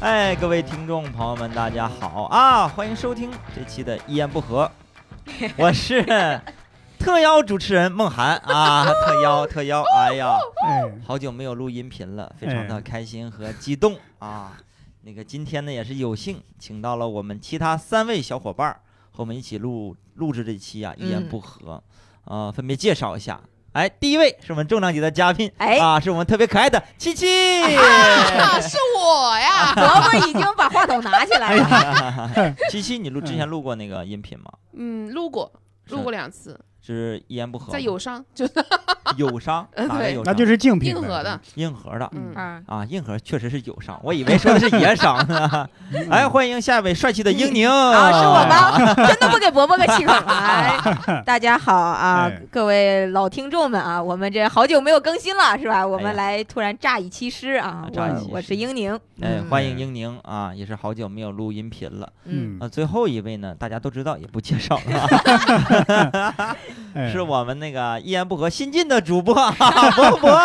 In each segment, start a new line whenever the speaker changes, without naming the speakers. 哎，各位听众朋友们，大家好啊！欢迎收听这期的《一言不合》，我是特邀主持人梦涵啊，特邀特邀，哎呀，
哦
哎，
好久没有录音频了，非常的开心和激动啊！那个今天呢，也是有幸请到了我们其他三位小伙伴儿和我们一起录录制这期啊《一言不合》呃，分别介绍一下。哎，第一位是我们重量级的嘉宾，
哎
啊，是我们特别可爱的七七。
啊，是我呀！
萝卜已经把话筒拿起
哎
来了。
七七，你录之前
嗯
录过那个音频吗？
嗯，录过，
是
录过两次，
是一言不合吗，
在友 商就
友商
呃
哪个
对
友商？
那就是竞品
硬核的，
硬核的
嗯，
嗯，
啊，硬核确实是友商，我以为说的是野商呢。
嗯
哎，欢迎下一位帅气的英宁，
啊，是我
吧？
吗？真的不给伯伯个气 口了。哎大家好啊
哎，
各位老听众们啊，我们这好久没有更新了，是吧？我
哎呀
们来突然炸一期诗啊
啊！炸一期
我
诗
我是英宁，
哎，
嗯
欢迎英宁啊，也是好久没有录音频了。
嗯，
嗯，
啊，最后一位呢，大家都知道，也不介绍 了啊，
哎
是我们那个一言不合新进的主 播伯伯。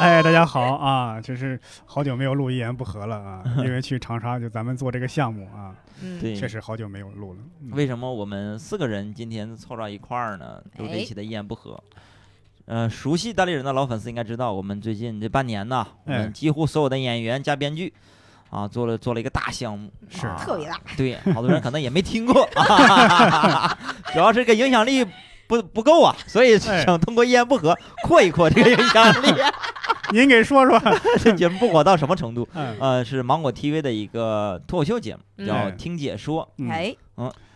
哎，大家好啊，就是好久没有录一言不合 了啊，因为去长沙就咱们做这个项目啊，
嗯
对，
确实好久没有录了。嗯
为什么我们四个人今天凑到一块儿呢？录这一期的一言不合。呃，熟悉大理人的老粉丝应该知道，我们最近这半年呐，我
哎
们几乎所有的演员加编剧，啊，做了做了一个大项目，
是
啊
特别大，
对，好多人可能也没听过， 啊、主要是这个影响力不不够啊，所以
哎
想通过一言不合扩一扩这个影响力。
您给说 说，
这节目不火到什么程度？
嗯，
呃，是芒果 TV 的一个脱口秀节目，叫
哎
《听解说》，
嗯
哎，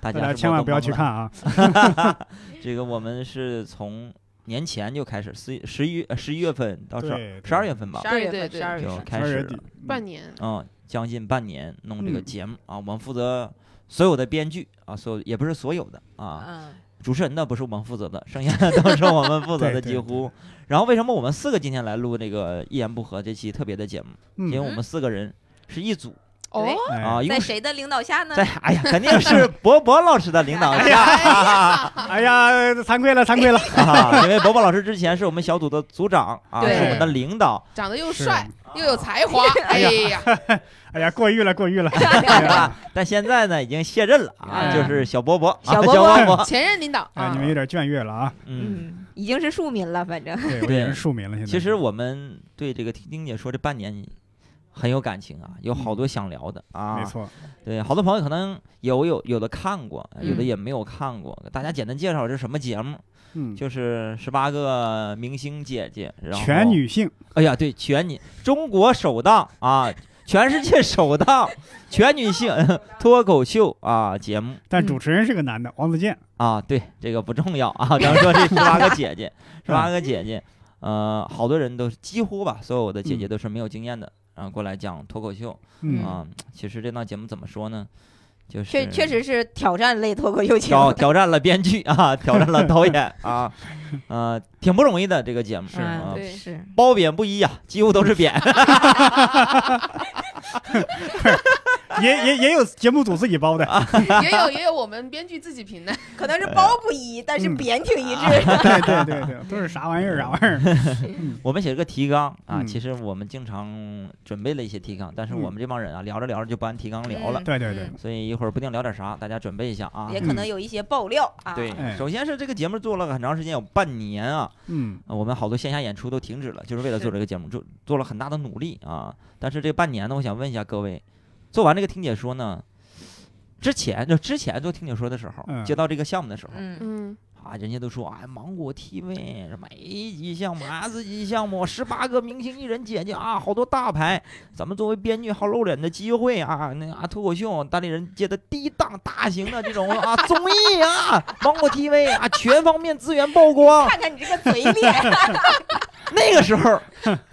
大
大
家
家
是
千万
都
不要
懵
去
了
看啊，
这个我们是从年前就开始，四十一呃十一月份到十
对，
十二月份吧
十，二月
对
份，
对
十二月
就
份，
十
开
二
始
月
了
底，
半年，
嗯，将近半年弄这个
嗯
节目啊。我们负责所有的编剧啊，所有也不是所有的啊，
嗯，
主持人的不是我们负责的，剩下的都是我们负责的
对对
几乎。然后为什么我们四个今天来录这个一言不合这期特别的节目？
嗯
因为我们四个人是一组
哦，
哎
啊，因为
在谁的领导下呢
在？ 哎呀，肯定 是博博老师的领导
哎
下。
哎呀，惭愧了，惭愧了，
啊，因为伯伯老师之前是我们小组的组长啊，
对
是我们的领导，
长得又
是
帅又有才华，哎呀，
哎呀，过誉了，过誉 了，
对啊吧？ 但现在呢，已经卸任了啊，
哎
就是小伯伯，啊
小
小
伯伯
伯伯，
前任领导，
哎，
啊
你们有点僭越 了啊，
嗯。
嗯，已经是庶民了，反正
对，我
对
也是庶民了，现在。
其实我们对这个听丁姐说这半年很有感情啊，有好多想聊的
嗯没
啊。
错，
对，好多朋友可能有有有的看过，有的
嗯
也没有看过。大家简单介绍这是什么节目？
嗯，
就是十八个明星姐姐，然后
全女性，
哎呀，对，全女，中国首档啊，全世界首档全女性 脱口秀啊节目
但主持人是个男的，王自健，
啊，对，这个不重要啊， 咱说这十八个姐 姐，十八个姐姐，呃，好多人都是几乎吧，所有的姐姐都是没有经验的，然后过来讲脱口秀
嗯，
啊。其实这档节目怎么说呢，就是
确确实是挑战类脱口秀节
挑
目，
挑战了编剧啊，挑战了导演啊，呃，挺不容易的这个节目，
是
啊
嗯，
对
是，
褒贬不一呀、几乎都是 贬。
也也也有节目组自己包的，
也有也有我们编剧自己评 的，
可能是包不一，但是
嗯
扁挺一致，
对对对对，都是啥玩意儿啥玩意儿，
我们写了个提纲啊，
嗯
其实我们经常准备了一些提纲，但是我们这帮人啊，聊着聊着就不按提纲聊了，
嗯
对对对，
所以一会儿不定聊点啥，大家准备一下啊。
也
嗯
可能有一些爆料啊，
对，
哎
首先是这个节目做了很长时间，有半年啊，
嗯，
呃我们好多线下演出都停止了，就是为了做这个节目，做做了很大的努力啊。但是这半年呢，我想问一下各位，做完这个听解说呢，之前就之前做听解说的时候，
嗯
接到这个项目的时候，
嗯，
嗯，
啊，人家都说哎，芒果 TV 什么 A 级项目、S 级项目，十八个明星艺人姐姐啊，好多大牌。咱们作为编剧，好露脸的机会啊，那啊脱口秀，大理人界的第一档大型的这种啊综艺啊，芒果 TV 啊，全方面资源曝光。
看看你这个嘴脸，
那个时候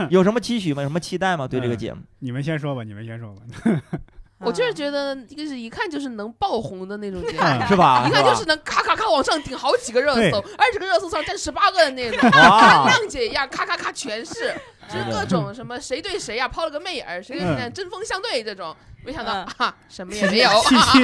有什么期许吗？有什么期待吗？对这个节目？
你们先说吧，你们先说吧，
我就是 觉得这个是一看就是能爆红的那种节 目。
嗯。
是吧？
一看
吧
就是能咔咔咔往上顶好几个热搜，二十个热搜上占十八个的 那种，
啊
跟浪姐一样，咔咔啊嗯咔全是，就是各种什么谁对谁呀、抛了个媚眼儿，谁对谁呀针锋相对这种，没想到
嗯
啊，什 么也没有
七七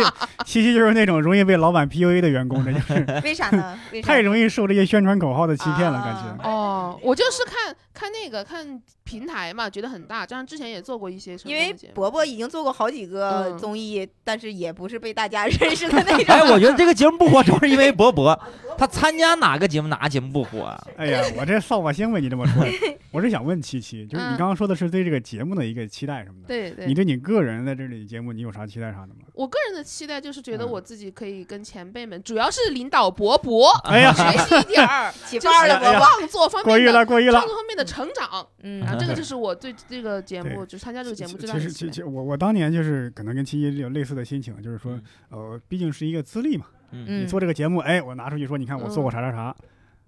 七七就是那种容易被老板 PUA 的员工， 这就是
为啥呢？为啥
太？容易受这些宣传口号的欺骗了，感
啊
觉。
哦，我就是看看那个看平台嘛，觉得很大。这样之前也做过一些什么
因为
节目
伯伯已经做过好几个
嗯
综艺，但是也不是被大家认识的那种。
哎，我觉得这个节目不火，主要是因为博博，他参加哪个节目哪个节目不火啊？
哎呀，我这扫把星呗！你这么说，我是想问七七，就是你
嗯
刚刚说的是对这个节目的一个期待什么的，
对对，
你对你个人在这里节目你有啥期待啥的吗？
我个人的期待就是觉得
嗯
我自己可以跟前辈们，主要是领导伯伯
哎呀，
学习一点儿，
起
就
范儿
是哎
了，
哎
伯伯。
创作 方
过誉
面的
了，过誉了哎
创。作方面的成长。
嗯
啊，这个
对
就是我对这个节目，就参加这个节目最大
其
的
实，
期
其
待。
实我我当年就是可能跟七七有类似的心情，就是说
嗯，
呃，毕竟是一个资历嘛，
嗯，
你
嗯
做这个节目，哎，我拿出去说，你看我做过啥啥啥，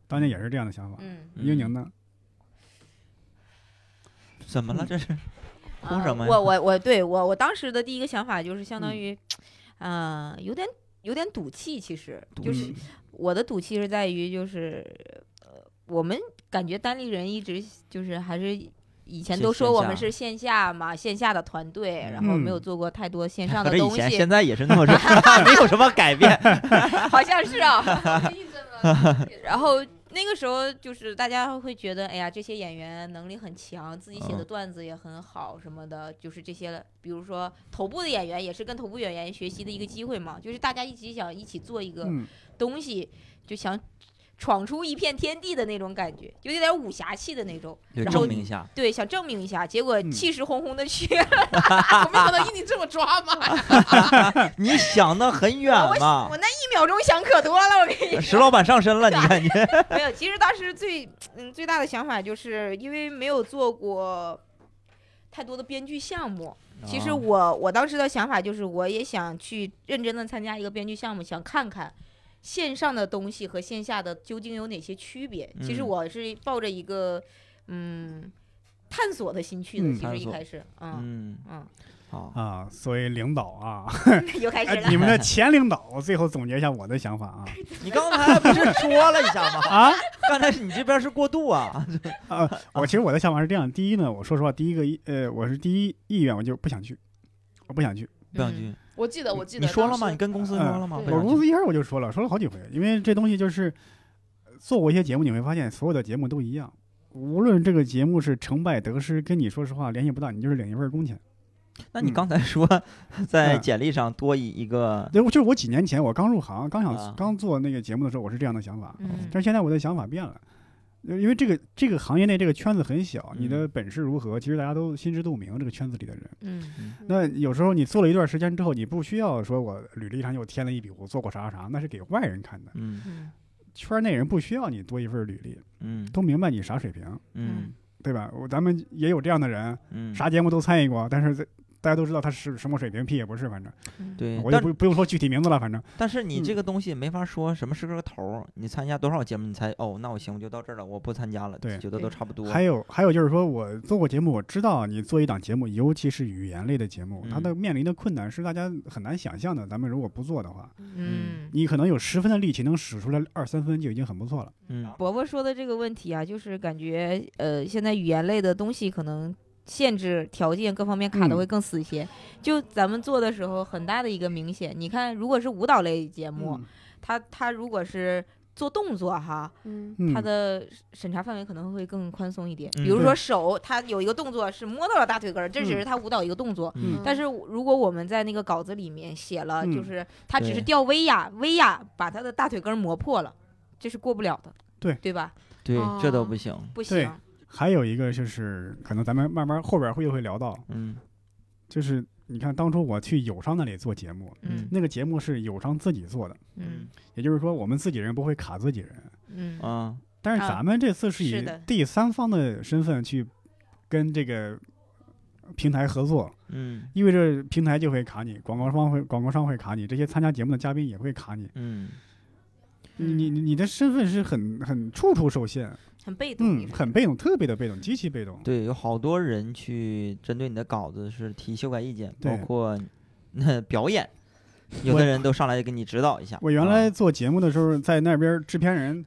当年也是这样的想法。
嗯，
英宁呢？
怎么了？这是哭什么呀
我我我对我我当时的第一个想法就是相当于，嗯、有点有点赌气，其实
赌
就是
气，
我的赌气是在于就是，呃，我们感觉单立人一直就是还是以前
是
都说
线
我们
下
是线下嘛，线下的团队，然后没有
嗯
做过太多线上
可
的
能哎 以
东
前
西，
现在也是那么 说， 没有什么改变。
好像 是啊。然后那个时候就是大家会觉得，哎呀，这些演员能力很强，自己写的
嗯
段子也很好什么的，就是这些，比如说头部的演员也是跟头部演员学习的一个机会嘛，就是大家一起想一起做一个
嗯，
东西，就想闯出一片天地的那种感觉，就有点武侠气的那种。
就
然后
证明一下，
对，想证明一下，结果
嗯
气势汹汹的去，
我没想 到一你这么抓嘛，
你想的很远嘛
我。那一秒钟想可多了，我跟你
石老板上身了，你看你，
没有，其实当时最嗯最大的想法就是因为没有做过太多的编剧项目。其实
啊
我我当时的想法就是，我也想去认真的参加一个编剧项目，想看看线上的东西和线下的究竟有哪些区别。其实
嗯
我是抱着一个嗯探索的心去的，
嗯
其实
探
一
索
开始，嗯
嗯，
嗯，
好，
啊，作为领导啊，
又开始
哎
了。
你们的前领导，我最后总结一下我的想法 啊
你刚才不是说了一下吗？
啊，
刚才是你这边是过渡啊，
嗯
啊，我其实我的想法是这样：第一呢，我说实话，第一个意呃，我是第一意愿我就不想去，我不想去。
不想去。
我记得我记得
你说了吗？
当时
你跟公司说了吗？
嗯
不
我
想
公
去
司一开始我就说了，说了好几回，因为这东西就是呃做过一些节目，你会发现所有的节目都一样，无论这个节目是成败得失，跟你说实话联系不到，你就是领一份工钱。
那你
嗯
刚才说 在
嗯
简历上多一一个，
对，我就是我几年前我刚入行，刚想、
啊
刚做那个节目的时候，我是这样的想法，
嗯
但是现在我的想法变了。呃因为这个这个行业内这个圈子很小，你的
嗯
本事如何，其实大家都心知肚明。这个圈子里的人，
嗯
那有时候你做了一段时间之后，你不需要说我履历上又添了一笔，我做过啥啥啥，那是给外人看的，
嗯
嗯
圈内人不需要你多一份履历，
嗯
都明白你啥水平，
嗯
对吧？我咱们也有这样的人，
嗯，
啥节目都参与过，但是在大家都知道他是什么水平，屁也不是，反正
嗯，
对，
我就
但
不不用说具体名字了，反正
但是你
嗯
这个东西没法说什么是个头儿，你参加多少节目你才哦，那我行，我就到这儿了，我不参加了，
对
觉得都差不多。嗯
还有还有就是说我做过节目，我知道你做一档节目，尤其是语言类的节目，
嗯
它的面临的困难是大家很难想象的。咱们如果不做的话，
嗯。
你可能有十分的力气能使出来二三分就已经很不错了。
嗯
伯伯说的这个问题啊，就是感觉呃，现在语言类的东西可能限制条件各方面卡的
嗯
会更死一些。就咱们做的时候，很大的一个明显，你看，如果是舞蹈类节
嗯
目，它它如果是做动作哈，
嗯
嗯，
它的审查范围可能会更宽松一点。
嗯
比如说手，它有一个动作是摸到了大腿根儿，这只是它舞蹈一个动作。
嗯
嗯
但是如果我们在那个稿子里面写了，
嗯
就是他只是
对
吊威亚，威亚把他的大腿根儿磨破了，这是过不了的，
对
对吧？
对，这都
哦
不行。
不
对
行，
还有一个就是，可能咱们慢慢后边会会聊到，
嗯
就是你看当初我去友商那里做节目，
嗯
那个节目是友商自己做的，
嗯
也就是说我们自己人不会卡自己人，
嗯
啊
但是
啊
咱们这次是
是
以
的
第三方的身份去跟这个平台合作，
嗯
意味着平台就会卡你，广告方会广告商会卡你，这些参加节目的嘉宾也会卡你，
嗯，
你
嗯
你你的身份是很很处处受限，
很被动，
嗯，很被动，特别的被动，极其被动。
对，有好多人去针对你的稿子是提修改意见，包
对
括那表演，有
我
的人都上来给你指导一下。
我原
啊
来做节目的时候，在那边制片人，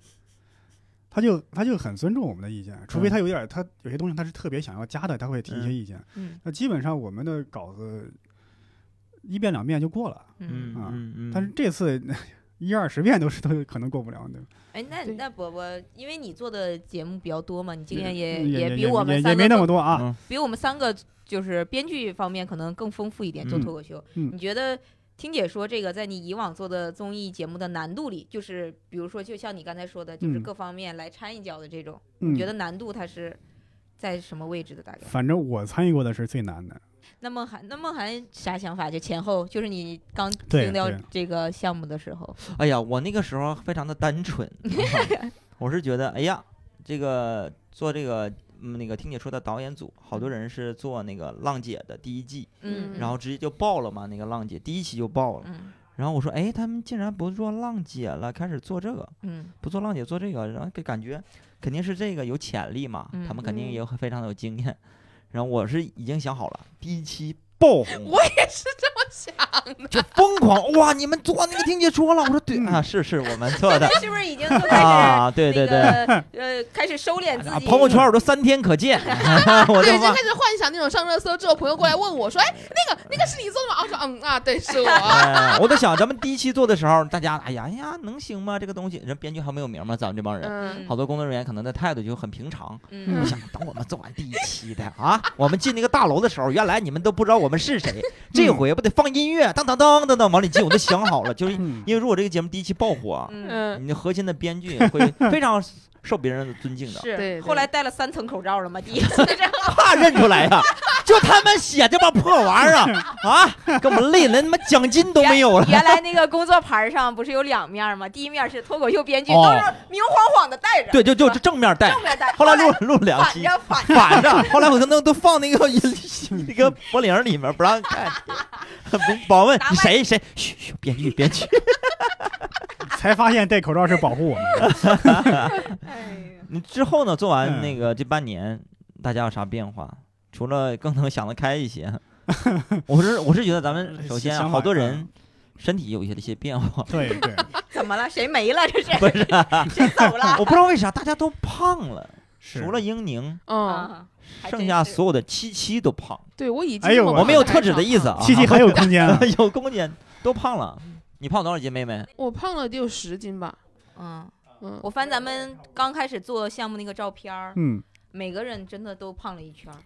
他就他就很尊重我们的意见，除非
嗯
他有点他有些东西他是特别想要加的，他会提一些意见。
嗯
那基本上我们的稿子一遍两遍就过了。
嗯
啊
嗯嗯，
但是这次 一二十遍都是都有可能过不了的，
哎，那
对
那伯伯，因为你做的节目比较多嘛，你经验也
也也
比我们
也
三
也没
个
那
更
么多啊。
嗯
比我们三个就是编剧方面可能更丰富一点，做
嗯
脱口秀。
嗯
你觉得听姐说这个在你以往做的综艺节目的难度里，就是比如说就像你刚才说的，就是
嗯
各方面来掺一脚的这种，
嗯
你觉得难度它是在什么位置的？大概？
反正我参与过的是最难的，
那梦涵，那梦涵啥想法？就前后，就是你刚
对
听到
对
这个项目的时候，
哎呀，我那个时候非常的单纯，啊我是觉得，哎呀，这个做这个。嗯，那个听姐说的导演组，好多人是做那个《浪姐》的第一季，
嗯，
然后直接就爆了嘛，那个《浪姐》第一期就爆了。
嗯
然后我说，哎，他们竟然不做《浪姐》了，开始做这个，
嗯
不做浪姐做这个，然后给感觉肯定是这个有潜力嘛，
嗯
他们肯定
嗯
也有非常有经 验。然后我是已经想好了，第一期爆红，
我也是这么想的。
就疯狂哇！你们做那个听姐说了，我说对
嗯
啊，是是我们 做的
是不是已经就开始、
啊，对对对。
那个呃开始收敛自己？
啊，朋友圈我都三天可 见， 我的
对，哎就
妈
开！始幻想那种上热搜之后，朋友过来问我说：“哎，那个那个是你做的吗？”啊我说：“嗯啊，对，是我。
哎我都想咱们第一期做的时候，大家哎呀哎呀，能行吗？这个东西，人编剧还没有名嘛，咱们这帮”人，
嗯，
好多工作人员可能的态度就很平常，
嗯
我想等我们做完第一期的啊，我们进那个大楼的时候，原来你们都不知道我们是谁，这回不得放音乐，当当当当当往里进，我都想好了，就是
嗯，
因为如果这个节目第一期爆火，
嗯，
嗯，
你的核心的编剧会非常受别人的尊敬的，
是。
对
后来戴了三层口罩了嘛，第一次这样。
怕认出来呀，就他们写这帮破玩意儿啊，给我们累了，他妈奖金都没有了。
原来那个工作牌上不是有两面吗？第一面是脱口秀编剧，
哦
都是明晃晃的戴着，
对，就就就正面带
正，面戴。
后来
来
录录两
反
期，
着反 着，
反着，后来我可能都放那个 那个脖领里面不让 看，保问你谁谁，嘘嘘，编剧编 剧，
才发现戴口罩是保护我们 的。
哎呀，
你之后呢？做完
嗯
那个这半年，大家有啥变化？除了更能想得开一 些，我是我是觉得咱们首先啊
哎想法，
好多人身体有一些一些变化
对对，
怎么了？谁没了？这是
不是？
谁走了？
我不知道为啥大家都胖了，
是
除了英宁，
嗯，
啊，还真
剩下
是
所有的七七都胖，
对我已经
哎呦
这么
我没有
看
特指的
上
意思
了，
啊，，
七七还有空间啊
有空间都胖了。你胖了多少斤，妹妹？
我胖了得有十斤吧。
嗯，
嗯，
我翻咱们刚开始做项目那个照片儿，
嗯，
每个人真的都胖了一圈儿。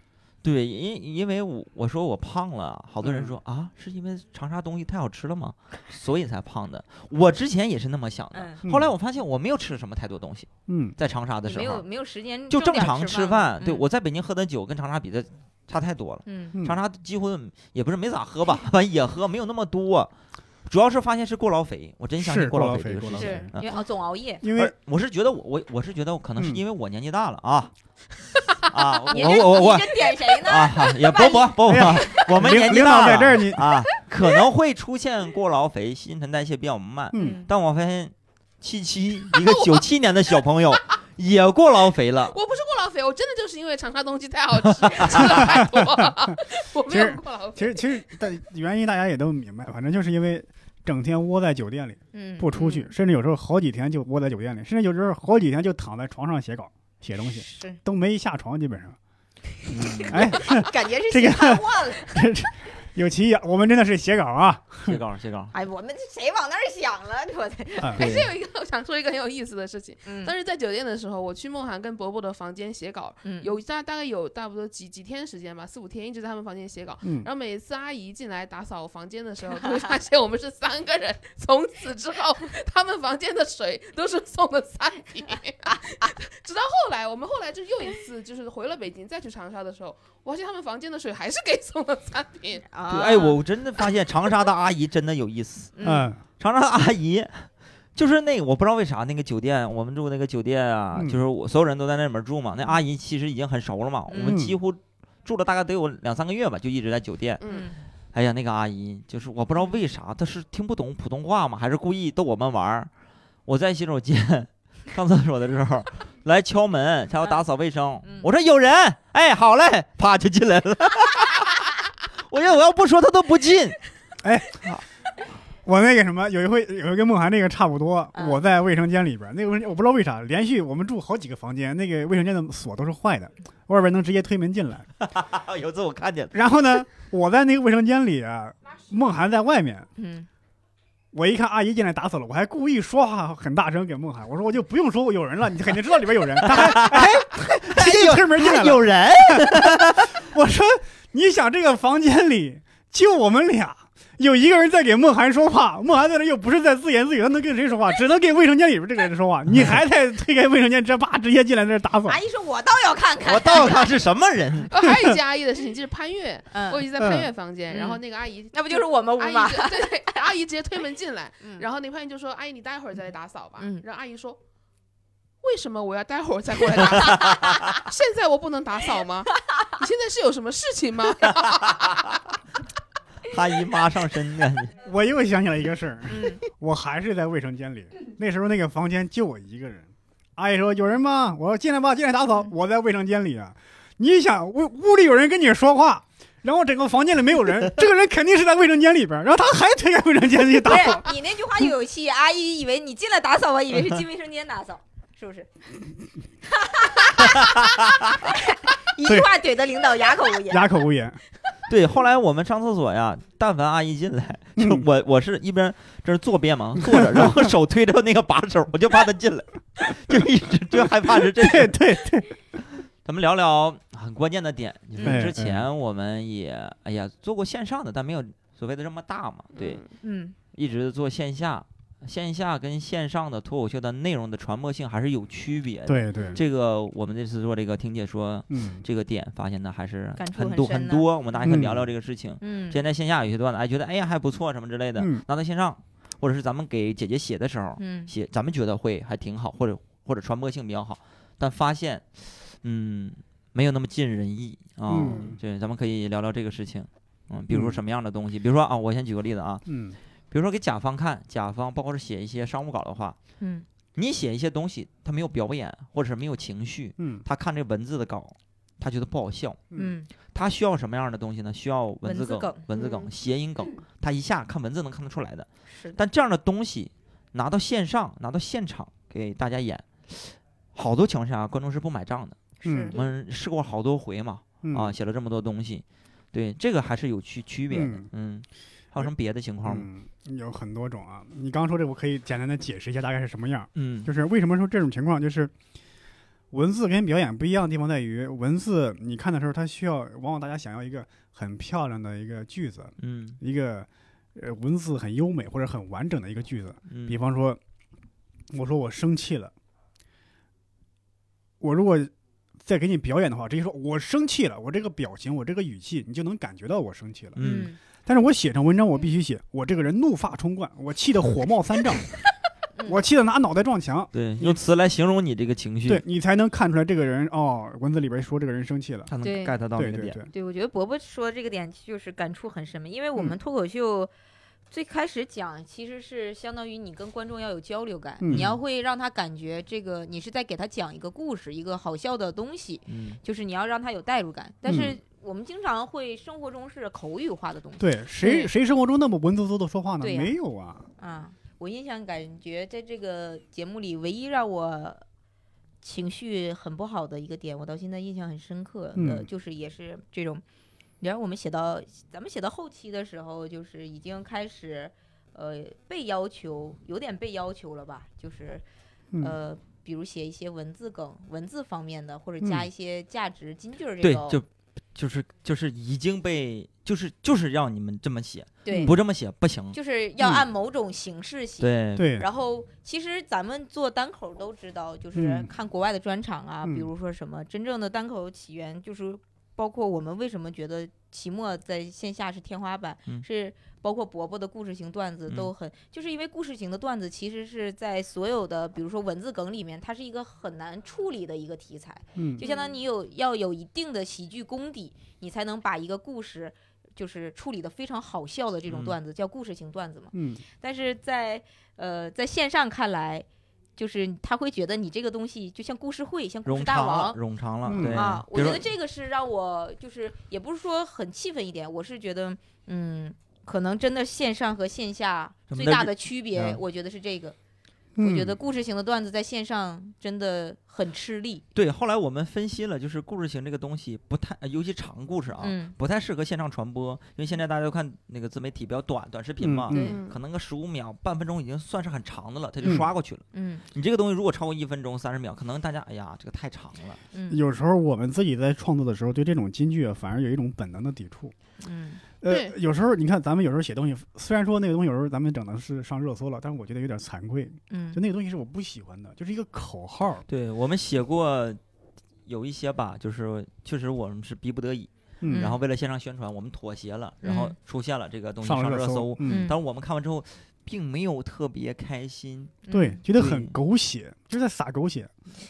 对，因因为我我说我胖了，好多人
嗯
说、啊，是因为长沙东西太好吃了吗？所以才胖的。我之前也是那么想的，
嗯，
嗯
后来我发现我没有吃什么太多东西，
嗯
在长沙的
你
时
没有
候
没有时间
就正
正点
常
吃
吃
饭
饭。
吗。
对，
嗯
我在北京喝的酒跟长沙比的差太多了，
嗯
嗯
长沙几乎也不是没咋喝吧，反正也喝，没有那么多。主要是发现是过劳肥，我真相信
是过
劳
劳
这
肥
个
过
事
劳
情。
肥
是
嗯
因为熬总熬夜，
因
而
为
我是觉得我我我是觉得我可能是
嗯
因为我年纪大了 啊、啊，
你
我
这
我我我
你这点谁 呢？
啊， 哈也伯伯伯
哎呀
伯，我们
领
年纪
领导
大
在
了
这儿你
啊， 可能会出现过劳肥，新陈代谢比较慢。
嗯，
但我发现七七一个九七年的小朋友也过劳肥 了，
我不是过劳肥，我真的就是因为长沙东西太好吃， 吃的太多了，我没有过劳肥。
其实其实大原因大家也都明白，反正就是因为整天窝在酒店里
嗯，
不出去，甚至有时候好几天就窝在酒店里，甚至有时候好几天就躺在床上写稿写东西，
是
都没下床基 本上。哎，
感觉是
这个
心瘫痪了。
这这有其一，我们真的是写 稿啊，
写稿写稿。
哎，我们这谁往那儿想了？我的，
啊
还是有一个我想说一个很有意思的事情。
嗯
当时在酒店的时候，我去梦涵跟伯伯的房间写稿，
嗯
有大大概有大不多几几天时间吧，四五天一直在他们房间写稿。
嗯，
然后每次阿姨进来打扫我房间的时候，都会发现我们是三个人。从此之后，他们房间的水都是送的三瓶。 直到后来，我们后来就又一次就是回了北京再去长沙的时候，我发现他们房间的水还是给送了三 瓶。
对
啊，
哎，我真的发现长沙的阿姨真的有意思，
嗯
嗯
长沙的阿姨。就是那我不知道为啥那个酒店，我们住那个酒店啊，
嗯
就是我所有人都在那里面住嘛。那阿姨其实已经很熟了嘛，我们
嗯
几乎住了大概得有两三个月吧，就一直在酒店。
嗯，
哎呀，那个阿姨就是我不知道为啥，她是听不懂普通话吗？还是故意逗我们玩儿？我在洗手间上厕所的时候，来敲门，她要打扫卫生
嗯，
我说有人，哎，好嘞，啪就 进来了。我要我要不说她都不进。
哎
啊，
我那个什么，有一回有一个梦涵那个差不多，
嗯
我在卫生间里边，那个卫生我不知道为啥，连续我们住好几个房间，那个卫生间的锁都是坏的，外边能直接推门进来。
啊， 有次我看见了，
然后呢，我在那个卫生间里啊，梦涵在外面，
嗯，
我一看阿姨进来打扫了，我还故意说话很大声给梦涵，我说我就不用说有人了，你肯定知道里边有人。她还哎，直接推门进来
还
了。
有人，
我说你想这个房间里就我们俩。有一个人在给梦涵说话，梦涵在那又不是在自言自语，他能跟谁说话？只能给卫生间里边这个人说话。你还在推开卫生间，直接啪直接进来在这打扫
嗯阿。姨说，我倒要看看。
我倒看是什么人，
哦，还有一件阿姨的事情，就是潘越，我
嗯，
一直在潘越房间，然后那个阿姨，
那不就是我们屋
阿姨
吗？
就？对对，阿姨直接推门进来，
嗯
然后那个潘越就说：“阿姨，你待会儿再来打扫吧。
嗯”
然后阿姨说：“为什么我要待会儿再过来打扫？ 现在我不能打扫 吗？你现在是有什么事 情吗？”
阿姨妈上身呢，
我又想起来一个事儿，
嗯
我还是在卫生间里。那时候那个房间就我一个人，阿姨说有人吗？我说进来吧，进来打扫。我在卫生间里啊，你想屋屋里有人跟你说话，然后整个房间里没有人，这个人肯定是在卫生间里边儿，然后他还推开卫生间去
不
打扫。
是你那句话就有戏，阿姨以为你进来打扫，我以为是进卫生间打扫，是不是？ 一句话怼得领导哑口无言。
哑口无言。
对，后来我们上厕所呀，但凡阿姨进来，就
嗯
我我是一边这是坐边忙坐着，然后手推着那个把手，我就怕她进来，就一直最害怕是这
对
个。
对对， 哎
咱们聊聊很关键的点，就
嗯
是之前我们也哎呀做过线上的，但没有所谓的这么大嘛，对，
嗯
一直做线下，线下跟线上的脱口秀的内容的传播性还是有区别的。
对对，
这个我们这次做这个听解说
嗯，
这个点，发现的还是
感触
很
很
多
深
很
呢
多，我们大家可以
嗯
聊聊这个事情。
嗯
现在线下有些段子，哎，觉得哎呀还不错什么之类的，
嗯
拿到线上，或者是咱们给姐姐写的时候，
嗯
写咱们觉得会还挺好，或者或者传播性比较好，但发现，嗯，没有那么尽人意啊。
嗯
对，咱们可以聊聊这个事情，嗯，比如说
嗯
什么样的东西，比如说啊，我先举个例子啊，
嗯
比如说给甲方看，甲方包括是写一些商务稿的话，
嗯
你写一些东西，他没有表演或者是没有情绪，
嗯
他看这文字的稿，他觉得不好笑。
嗯
他需要什么样的东西呢？需要文
文
字
字
梗、文字
梗嗯
梗谐音梗，他一下看文字能看得出来的。
是的
但这样的东西拿到线上，拿到现场给大家演，好多情况下观众是不买账的。
嗯
我们试过好多回嘛，
嗯
啊，写了这么多东西，对这个还是有区区别的
嗯。
嗯，还有什么别的情况吗？
嗯，有很多种啊。你刚说这，我可以简单的解释一下大概是什么样儿。
嗯
就是为什么说这种情况，就是文字跟表演不一样的地方在于，文字你看的时候，它需要往往大家想要一个很漂亮的一个句子，
嗯
一个呃文字很优美或者很完整的一个句子。
嗯，
比方说，我说我生气了，我如果再给你表演的话，直接说我生气了，我这个表情，我这个语气，你就能感觉到我生气了。
嗯，
但是我写成文章，我必须写我这个人怒发冲冠，我气得火冒三丈
嗯，
我气得拿脑袋撞墙。
对，用词来形容你这个情绪，
对你才能看出来这个人哦，文字里边说这个人生气了。
他能
对
get 到
对
这个
对
点。
对，
对，我觉得伯伯说这个点就是感触很深嘛，因为我们
嗯
脱口秀最开始讲其实是相当于你跟观众要有交流感，
嗯
你要会让他感觉这个你是在给他讲一个故事，一个好笑的东西，
嗯，
就是你要让他有代入感。但是
嗯
我们经常会生活中是口语化的东西
对谁
对
谁生活中那么文绉绉的说话呢？
对呀
没有啊，
啊。我印象感觉在这个节目里，唯一让我情绪很不好的一个点，我到现在印象很深刻的，
嗯
就是也是这种。然后我们写到咱们写到后期的时候，就是已经开始呃被要求，有点被要求了吧，就是
嗯，
呃。比如写一些文字梗、文字方面的，或者加
嗯
一些价值金句儿这
对
种，，
就就是就是已经被就是就是让你们这么写，
对，
不这么写不行。
就是要
嗯
按某种形式写。
对，
对，
然后，其实咱们做单口都知道，就是
嗯
看国外的专场啊，
嗯
比如说什么真正的单口起源，就是包括我们为什么觉得期末在线下是天花板，
嗯
是包括伯伯的故事型段子
嗯
都很，就是因为故事型的段子其实是在所有的，比如说文字梗里面，它是一个很难处理的一个题材。
嗯
就相当于你有要有一定的喜剧功底，你才能把一个故事就是处理的非常好笑的这种
嗯
段子、叫故事型段子嘛。
嗯，
但是在呃在线上看来，就是他会觉得你这个东西就像故事会，像故
冗
事大
长了，
王。
冗长了，
嗯
对
啊，我
比
觉
如
得
说
这个是让我就是也不是说很气愤一点，我是觉得嗯，可能真的线上和线下
什么
最
的
大
日
的区别
嗯，
我觉得是这个。
嗯
我觉得故事型的段子在线上真的很吃力。
对，后来我们分析了，就是故事型这个东西不太，呃尤其长故事啊，
嗯，
不太适合线上传播，因为现在大家都看那个自媒体比较短，短视频嘛，
嗯
嗯
可能个十五秒、半分钟已经算是很长的了，他就
嗯
刷过去了。
嗯
你这个东西如果超过一分钟、三十秒，可能大家哎呀，这个太长了。
嗯
有时候我们自己在创作的时候，对这种金句啊反而有一种本能的抵触。
嗯
呃
对，
有时候你看，咱们有时候写东西，虽然说那个东西有时候咱们整的是上热搜了，但是我觉得有点惭愧，就
嗯
那个东西是我不喜欢的，就是一个口号。
对我们写过有一些吧，就是确实我们是逼不得已，
嗯，
然后为了线上宣传，我们妥协了，然后
嗯
出现了这个东西
上了
热
热
搜。
嗯，
但是我们看完之后，并没有特别开心。
对，觉
嗯对
得很狗血，就是在撒狗血。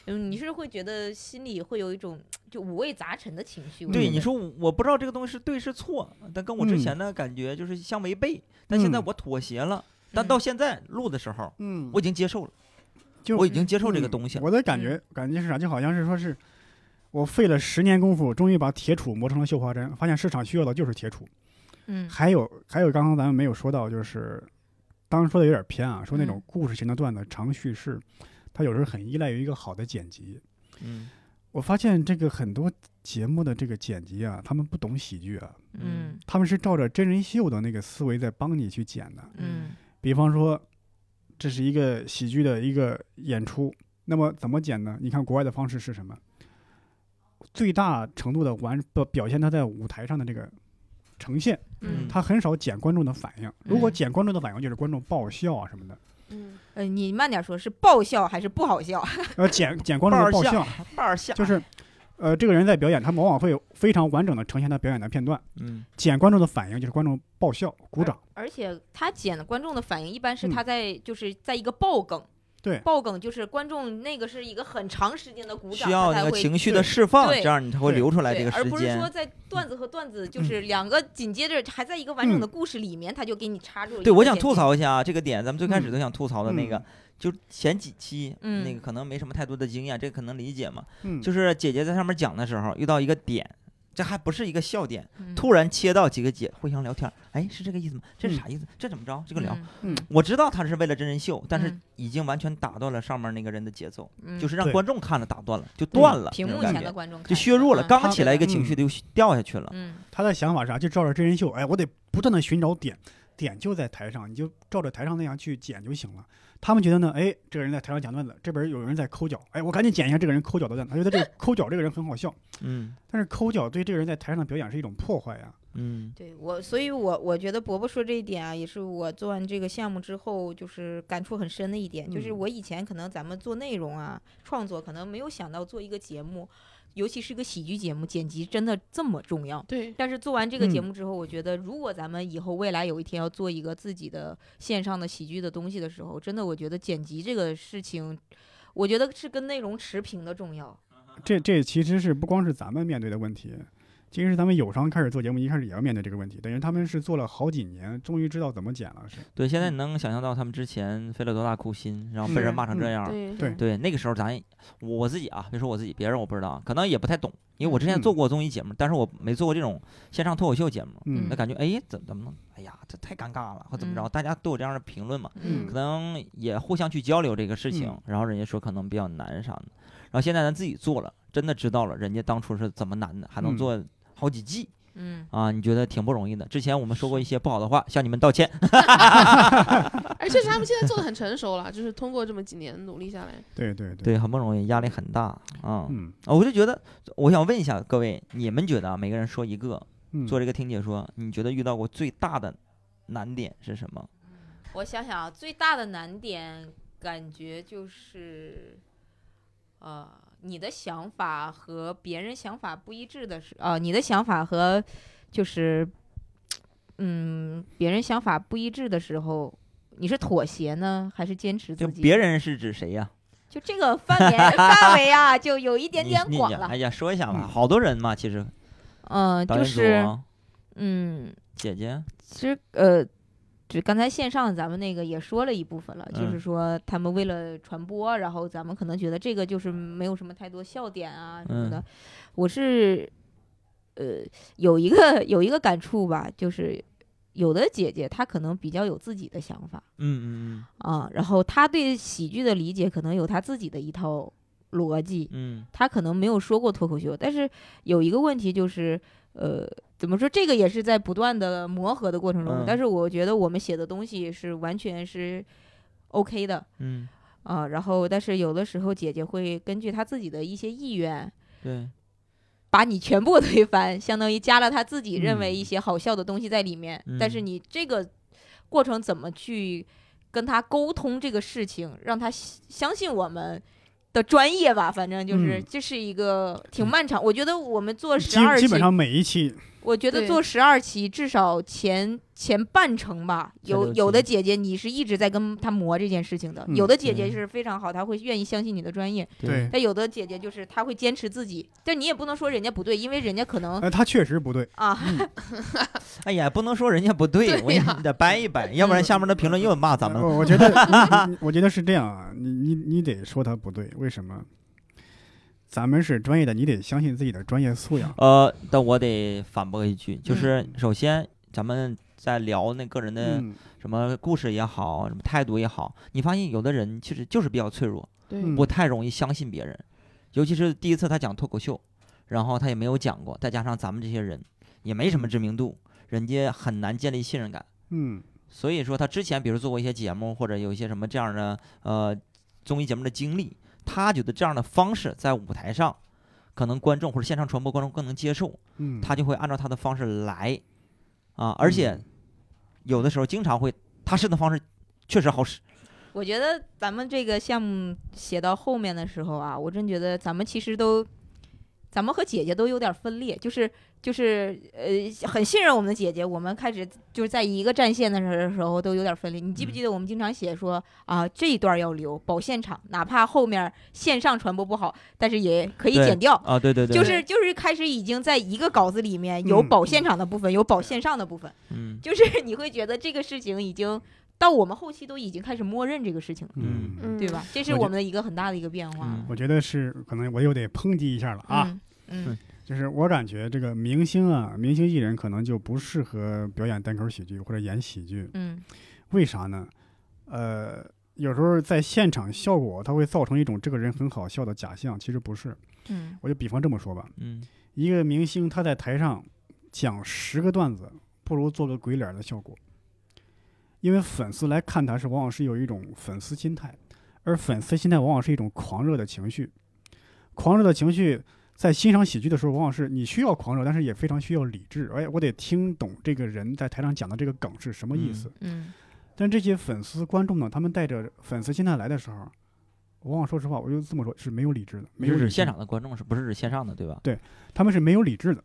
嗯，你是会觉得心里会有一种就五味杂陈的情
嗯
绪。我
对，
觉
你
得
说我不知道这个东西是对是错，但跟我之前的感觉就是相违背。但现在
嗯
我妥协了，
嗯
但到现在录的时候，
嗯
我已经接受了，
就
我已经接受这个东西
嗯
了。
我的感觉，感觉是啥？就好像是说是，我费了十年功夫，终于把铁杵磨成了绣花针，发现市场需要的就是铁杵。
嗯
还有还有，刚刚咱们没有说到，就是当时说的有点偏啊，说那种
嗯
故事型的段子长叙事，它有时候很依赖于一个好的剪辑。
嗯
我发现这个很多节目的这个剪辑啊，他们不懂喜剧啊，
嗯
他们是照着真人秀的那个思维在帮你去剪的。
嗯
比方说，这是一个喜剧的一个演出，那么怎么剪呢？你看国外的方式是什么？最大程度的完表表现他在舞台上的这个呈现，
嗯
嗯，
他很少剪观众的反应。如果剪观众的反应，就是观众爆笑啊什么的。
嗯，
呃，你慢点说，是爆笑还是不好笑？
呃，剪剪观众的爆
爆
笑，
半儿下
就是，呃，这个人在表演，他往往会有非常完整的呈现他表演的片段。
嗯
剪观众的反应就是观众爆笑、鼓掌。
而且他剪的观众的反应一般是
嗯
他在、就是在一个爆梗，
对
爆梗就是观众那个是一个很长时间的鼓掌，
需要
他
那
才
个
会
情绪
对
的释放，
对
这样你才会
对
流出来这
对
个时
而不是说
间。嗯
在段子和段子就是两个紧接着还在一个完整的故事里面，他就给你插入。
对，我想吐。槽一下啊，这个点咱们最开始都想吐槽的那个
嗯，
就前几期
嗯
那个可能没什么太多的经验，这个可能理解嘛。
嗯，
就是姐姐在上面讲的时候，遇到一个点，这还不是一个笑点，
嗯
突然切到几个姐互相聊天儿，哎，是这个意思吗？这是啥意思？这怎么着？这个聊，
嗯
我知道他是为了真人秀，但是
嗯
已经完全打断了上面那个人的节奏，
嗯
就是让
对
观众看了打断了，就断了，
屏
那
幕
种感
前的
觉
观众
就削弱了，
嗯
刚起来一个
嗯
情绪就掉下去了。
嗯
他的想法是啥？啊就照着真人秀，哎，我得不断的寻找点，点就在台上，你就照着台上那样去剪就行了。他们觉得呢，哎，这个人在台上讲段子，这边有人在抠脚，哎，我赶紧剪一下这个人抠脚的段子。他觉得这个抠脚这个人很好笑，
嗯
但是抠脚对这个人在台上的表演是一种破坏啊呀、
嗯
对我，所以我我觉得伯伯说这一点啊，也是我做完这个项目之后，就是感触很深的一点，就是
嗯
我以前可能咱们做内容啊、创作，可能没有想到做一个节目，尤其是个喜剧节目，剪辑真的这么重要。
对，
但是做完这个节
嗯
目之后，我觉得如果咱们以后未来有一天要做一个自己的线上的喜剧的东西的时候，真的我觉得剪辑这个事情，我觉得是跟内容持平的重要。
这这其实是不光是咱们面对的问题，其实是咱们友商开始做节目，一开始也要面对这个问题。等于他们是做了好几年，终于知道怎么剪了。是，
对，现在你能想象到他们之前费了多大苦心，然后被人
是
骂成这
嗯
样儿。
对
对
对，那个时候咱我我自己啊，别说我自己，别人我不知道，可能也不太懂，因为我之前
嗯
做过综艺节目，但是我没做过这种线上脱口秀节目。
嗯
那感觉哎，怎怎么弄？哎呀，这太尴尬了，或怎么着？
嗯
大家都有这样的评论嘛，
嗯
可能也互相去交流这个事情
嗯，
然后人家说可能比较难啥的，然后现在咱自己做了，真的知道了人家当初是怎么难的，还能
嗯
做好几季
嗯，
啊，你觉得挺不容易的。之前我们说过一些不好的话，向你们道歉。
而且是他们现在做的很成熟了，就是通过这么几年努力下来，
对对对，
对，很不容易，压力很大啊。
嗯
我就觉得，我想问一下各位，你们觉得啊，每个人说一个，
嗯，
做这个听解说，你觉得遇到过最大的难点是什么？
我想想啊，最大的难点感觉就是，呃，你的想法和别人想法不一致的时，啊、你的想法和就是，嗯，别人想法不一致的时候，你是妥协呢，还是坚持
就
自己？
别人是指谁呀、
就这个范 围范围啊，就有一点
你
点
你
广
讲
了
哎。呀，说一下吧，
嗯
好多人嘛，其实
嗯、
导
就
演组、啊
是嗯，
姐姐，
其实呃，就刚才线上咱们那个也说了一部分了，就
嗯
是说他们为了传播，然后咱们可能觉得这个就是没有什么太多笑点啊什么的。
嗯
我是呃有一个有一个感触吧，就是有的姐姐她可能比较有自己的想法
嗯嗯
啊，然后她对喜剧的理解可能有她自己的一套逻辑，
嗯
她可能没有说过脱口秀，但是有一个问题就是，呃，怎么说？这个也是在不断的磨合的过程中，
嗯
但是我觉得我们写的东西是完全是 OK 的
嗯嗯，
啊，然后但是有的时候姐姐会根据她自己的一些意愿，
对，
把你全部推翻，相当于加了他自己认为
嗯
一些好笑的东西在里面。
嗯
但是你这个过程怎么去跟他沟通这个事情，让他相相信我们的专业吧？反正就是、
嗯
这是一个挺漫长。我觉得我们做十
基
二
基
期，
本上每一期，
我觉得
对
做十二期至少前前半程吧，
前
有
六期
有的姐姐你是一直在跟她磨这件事情的，
嗯
有的姐姐
对
是非常好，她会愿意相信你的专业。
对，
但有的姐姐就是她会坚持自己，但你也不能说人家不对，因为人家可能
呃，他确实不对，
啊，
哎呀，不能说人家不对，
对
我跟
呀
你得掰一掰，要不然下面的评论又骂咱们了。
我我 觉得你，我觉得是这样啊，你你你得说他不对，为什么？咱们是专业的，你得相信自己的专业素养。
呃，但我得反驳一句，
嗯
就是首先咱们在聊那个人的
嗯，
什么故事也好，什么态度也好，你发现有的人其实就是比较脆弱，
对
嗯
不太容易相信别人，尤其是第一次他讲脱口秀，然后他也没有讲过，再加上咱们这些人也没什么知名度，人家很难建立信任感。
嗯，
所以说他之前比如做过一些节目，或者有一些什么这样的呃综艺节目的经历，他觉得这样的方式在舞台上，可能观众或者线上传播观众更能接受，
嗯，
他就会按照他的方式来，啊，而且
嗯
有的时候经常会他试的方式确实好使，
我觉得咱们这个项目写到后面的时候啊，我真觉得咱们其实都，咱们和姐姐都有点分裂，就是就是呃，很信任我们的姐姐，我们开始就是在一个战线的时候时候都有点分裂。你记不记得我们经常写说啊，这一段要留保现场，哪怕后面线上传播不好，但是也可以
对
剪掉。
啊，对对对，
就是就是开始已经在一个稿子里面有
嗯
保现场的部分，有保线上的部分，
嗯
就是 你会觉得这个事情已经到我们后期都已经开始默认这个事情了，
嗯
嗯，
嗯
对吧？？这是
我觉
我们的一个很大的一个变化
嗯
我觉得是，可能我又得抨击一下了啊。
嗯嗯
就是我感觉这个明星啊，明星艺人可能就不适合表演单口喜剧或者演喜剧，
嗯
为啥呢？呃，有时候在现场效果它会造成一种这个人很好笑的假象，其实不是。
嗯
我就比方这么说吧，
嗯
一个明星他在台上讲十个段子，不如做个鬼脸儿的效果，因为粉丝来看他是往往是有一种粉丝心态，而粉丝心态往往是一种狂热的情绪，狂热的情绪。在欣赏喜剧的时候，往往是你需要狂热，但是也非常需要理智。哎，我得听懂这个人在台上讲的这个梗是什么意思。
嗯
但这些粉丝观众呢，他们带着粉丝心态来的时候，往往说实话，我就这么说，是没有理智的，没有
是
理
指
智
现，场的观众是不是指线上的对吧？
他们是没有理智的。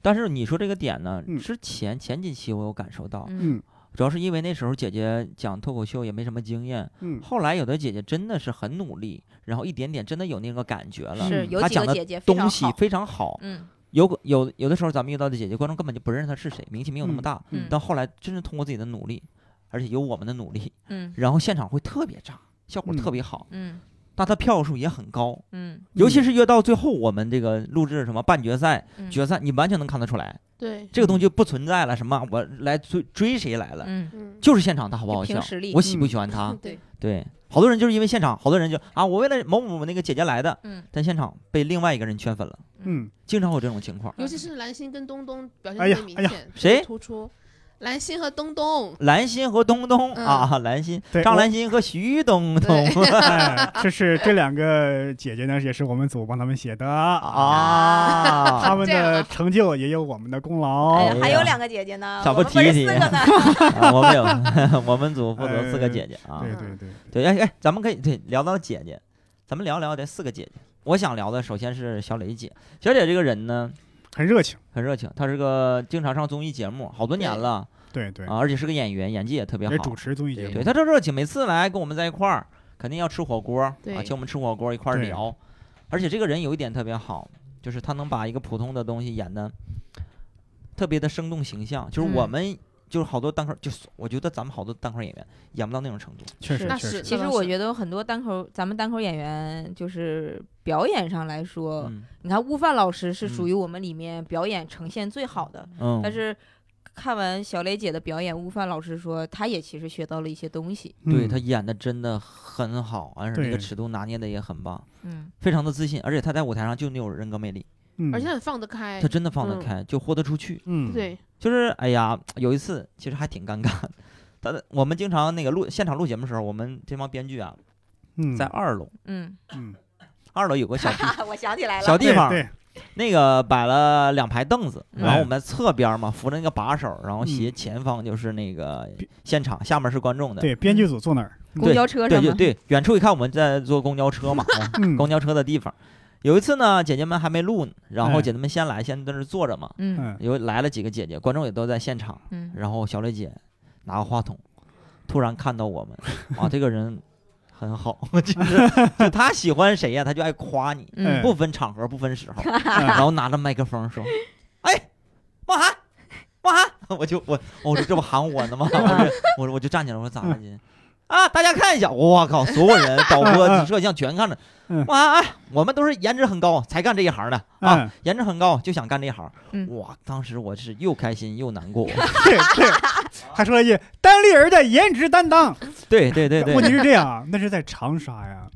但是你说这个点呢
嗯，
之前前几期我有感受到，
嗯
主要是因为那时候姐姐讲脱口秀也没什么经验，
嗯
后来有的姐姐真的是很努力，然后一点点真的有那个感觉了，
是
嗯
有
他
几
讲
个
的
姐姐非常
东西
好，
非常好。
嗯
有有有的时候咱们遇到的姐姐观众根本就不认识她是谁，名气没有那么大，
嗯
但后来真是通过自己的努力，而且有我们的努力，
嗯
然后现场会特别炸，效果
嗯
特别好，
嗯
但她票数也很高，
嗯
尤其是越到最后我们这个录制什么半决赛、
嗯，
决赛，你完全能看得出来，
对，
这个东西就不存在了，什么我来追追谁来了，
嗯
嗯，
就是现场他好不
就
好
凭
笑
实力，
我喜不
嗯
喜欢 他，
对，
对，好多人就是因为现场，好多人就啊，我为了某某某那个姐姐来的，
嗯
但现场被另外一个人圈粉了，
嗯
经常会有这种情
嗯
况。
尤其是蓝心跟东东表现
哎呀
最明
哎呀
显，
谁
突出？蓝心和东东，
兰心和东东、
嗯
啊，兰心、
对
张
我
兰心和徐东东
哎，这是这两个姐姐呢，也是我们组帮他们写的啊，
啊，
他 们
这样
的
啊
成就也有我们的功
哎
劳
哎
呀。
呀
还有两个姐姐呢，
咋不
我们
提
不是
提
四个呢？
啊我们 有我们组负责四个
哎
姐姐啊，
对对对，
对，哎哎，咱们可以对聊到姐姐，咱们聊聊这四个姐姐。我想聊的首先是小磊姐，小姐这个人呢
很热情，
很热情，她是个经常上综艺节目，好多年
对
了
对对，
啊，而且是个演员，演技也特别
也
好
主。持综艺节
对
目，
她这热情，每次来跟我们在一块儿，肯定要吃火锅啊，
对
请我们吃火锅一块儿
对
聊。而且这个人有一点特别好，就是她能把一个普通的东西演的特别的生动形象，就是我
嗯
们、就是好多单口，就是我觉得咱们好多单口演员演不到那种程度。
确实
那
确
是
实，
其
那
实
倒
我
是
觉得很多单口，咱们单口演员就是表演上来说，
嗯
你看悟饭老师是
嗯
属于我们里面表演呈现最好的，
嗯，
但是看完小磊姐的表演，吴凡老师说他也其实学到了一些东西。
对
嗯
他演的真的很好，而且那个
对
尺度拿捏的也很棒，
嗯，
非常的自信，而且他在舞台上就那种人格魅力，
嗯
而且很放得开
他，真的放得
嗯
开，就豁得出去。
嗯，
对，
就是哎呀，有一次其实还挺尴尬的，他的我们经常那个录现场录节目的时候，我们这帮编剧啊
嗯，
在二楼，
嗯，
嗯
二楼有个小 地
我想起来
小地方，
对对
那个摆了两排凳子，
嗯
然后我们侧边嘛扶着那个把手，然后斜
嗯
前方就是那个现场，下面是观众的。
对，编剧组坐那儿，
公交车
对
上
对
吗？
对，远处一看我们在坐公交车嘛， 啊
嗯，
公交车的地方。有一次呢，姐姐们还没录呢，然后
哎
姐姐们先来，先在那儿坐着嘛。
嗯
嗯，
有来了几个姐姐，观众也都在现场。
嗯，
然后小磊姐拿个话筒，突然看到我们， 啊，这个人很好，就是就他喜欢谁呀、他就爱夸你，
哎
嗯
不分场合，不分 时候。然
嗯
后拿着麦克风说：“哎，汪涵，汪涵！”我就我哦我说这不喊我呢吗？
嗯
我就我说我就站起来我说咋了今天？啊，大家看一下，我靠，所有人导 播、摄像全看着
嗯。
哇、啊，我们都是颜值很高，才干这一行的啊，
嗯
颜值很高就想干这一行。
嗯
哇，当时我是又开心又难过。
对对，还说了一句单立人的颜值担当。
对对对
问
对，
题是这样啊，那是在长沙呀，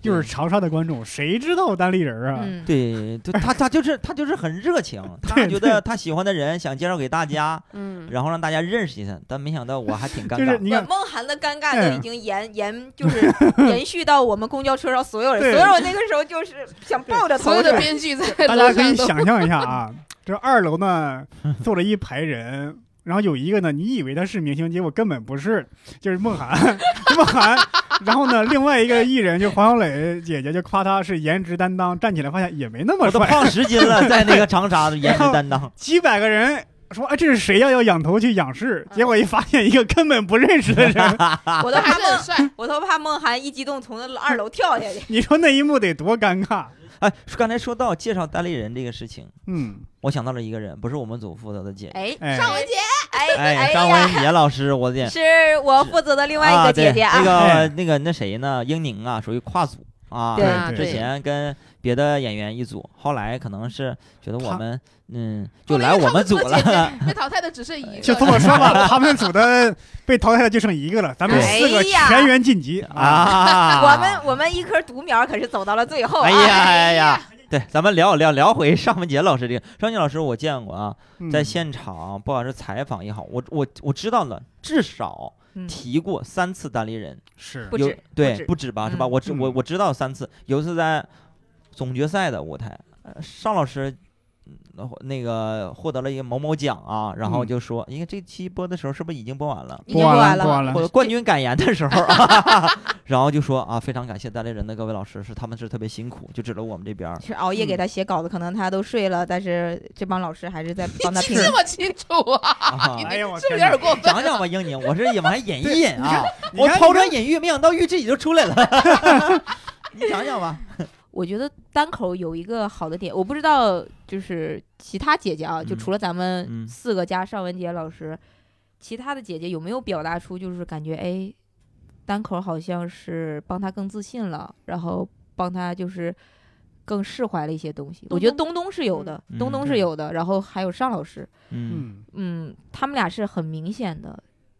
又是长沙的观众，谁知道单立人啊？
嗯，
对，就他他就是他就是很热 情，他
对
觉得他喜欢的人想介绍给大家，
嗯，
然后让大家认识一下。但没想到我还挺尴
就是
尬。
你
我
看，
梦涵的尴尬
哎
就已经延延就是延续到我们公交车上所有人，
对
所有人那个时候就是想抱着
所
头
有的
去
编剧在
大家
楼
可以
上都
想象一下 啊，这二楼呢坐着一排人，然后有一个呢，你以为他是明星，结果根本不是，就是梦涵， 梦涵。然后呢，另外一个艺人就黄小磊姐姐就夸他是颜值担当，站起来发现也没那么
我都
帅。，
胖十斤了，在那个长沙的颜值担当
几百个人说，哎，这是谁呀？要仰头去仰视，
嗯
结果一发现一个根本不认识的人，
我都怕
还是
梦
很，帅，
我都怕梦涵一激动从那二楼跳下去。
你说那一幕得多尴尬？
哎，刚才说到介绍单立人这个事情，
嗯，
我想到了一个人，不是我们组负责的姐，
哎，
哎
尚雯婕，哎
哎，张
呀，
文杰老师，我的
是我负责的 另外一
啊，
个
对，
姐姐啊
那，个
哎
那个那谁呢？英宁啊，属于跨组啊，
对
啊
之
对
前跟别的演员一组，后来可能是觉得我
他
们嗯
后
就
面
来我
他
们
们
组
做姐姐
了，
被淘汰的只是一个，
就这么说吧，他们组的被淘汰的就剩一个了，咱们四个
哎呀
全员晋级啊！
啊，
我们我们一棵独苗可是走到了最后
哎
啊。
呀哎呀。对，咱们聊聊聊回 尚雯婕老师这个。尚雯婕老师我见过啊，
嗯
在现场，不管是采访也好，我我我知道了，至少
嗯
提过三次单立人，
是
不
有
止
对
止
不止吧，是吧？
嗯
我知我
嗯
我知道三次，有一次在总决赛的舞台，呃尚老师。嗯那个获得了一个某某奖啊，然后
嗯
就说，因为这期播的时候是不是已经播完了？
已
播
经
完
播完了
播完了
或，者冠军感言的时候， 然后就说啊，非常感谢单立人的各位老师，是他们是特别辛苦，就指着我们这边儿。
是熬夜给他写稿子，可能他都睡了，但是这帮老师还是在 帮他
你
拼。
这么清楚啊？
啊
你
哎呀我
是不
天
是
哪
有点过分？
讲讲吧，英宁，我这也往还引一引啊，
你
我
看
抛砖引玉，没想到玉自己就出来了。 你讲讲吧，
我觉得单口有一个好的点，我不知道就是其他姐姐啊，
嗯
就除了咱们
嗯
四个加尚雯婕老师，其他的姐姐有没有表达出就是感觉哎，单口好像是帮她更自信了，然后帮她就是更释怀了一些东西。
东
我觉得东东是有的，
嗯
东东是有的，然后还有尚老师，
嗯
嗯，
嗯，他们俩是很明显的，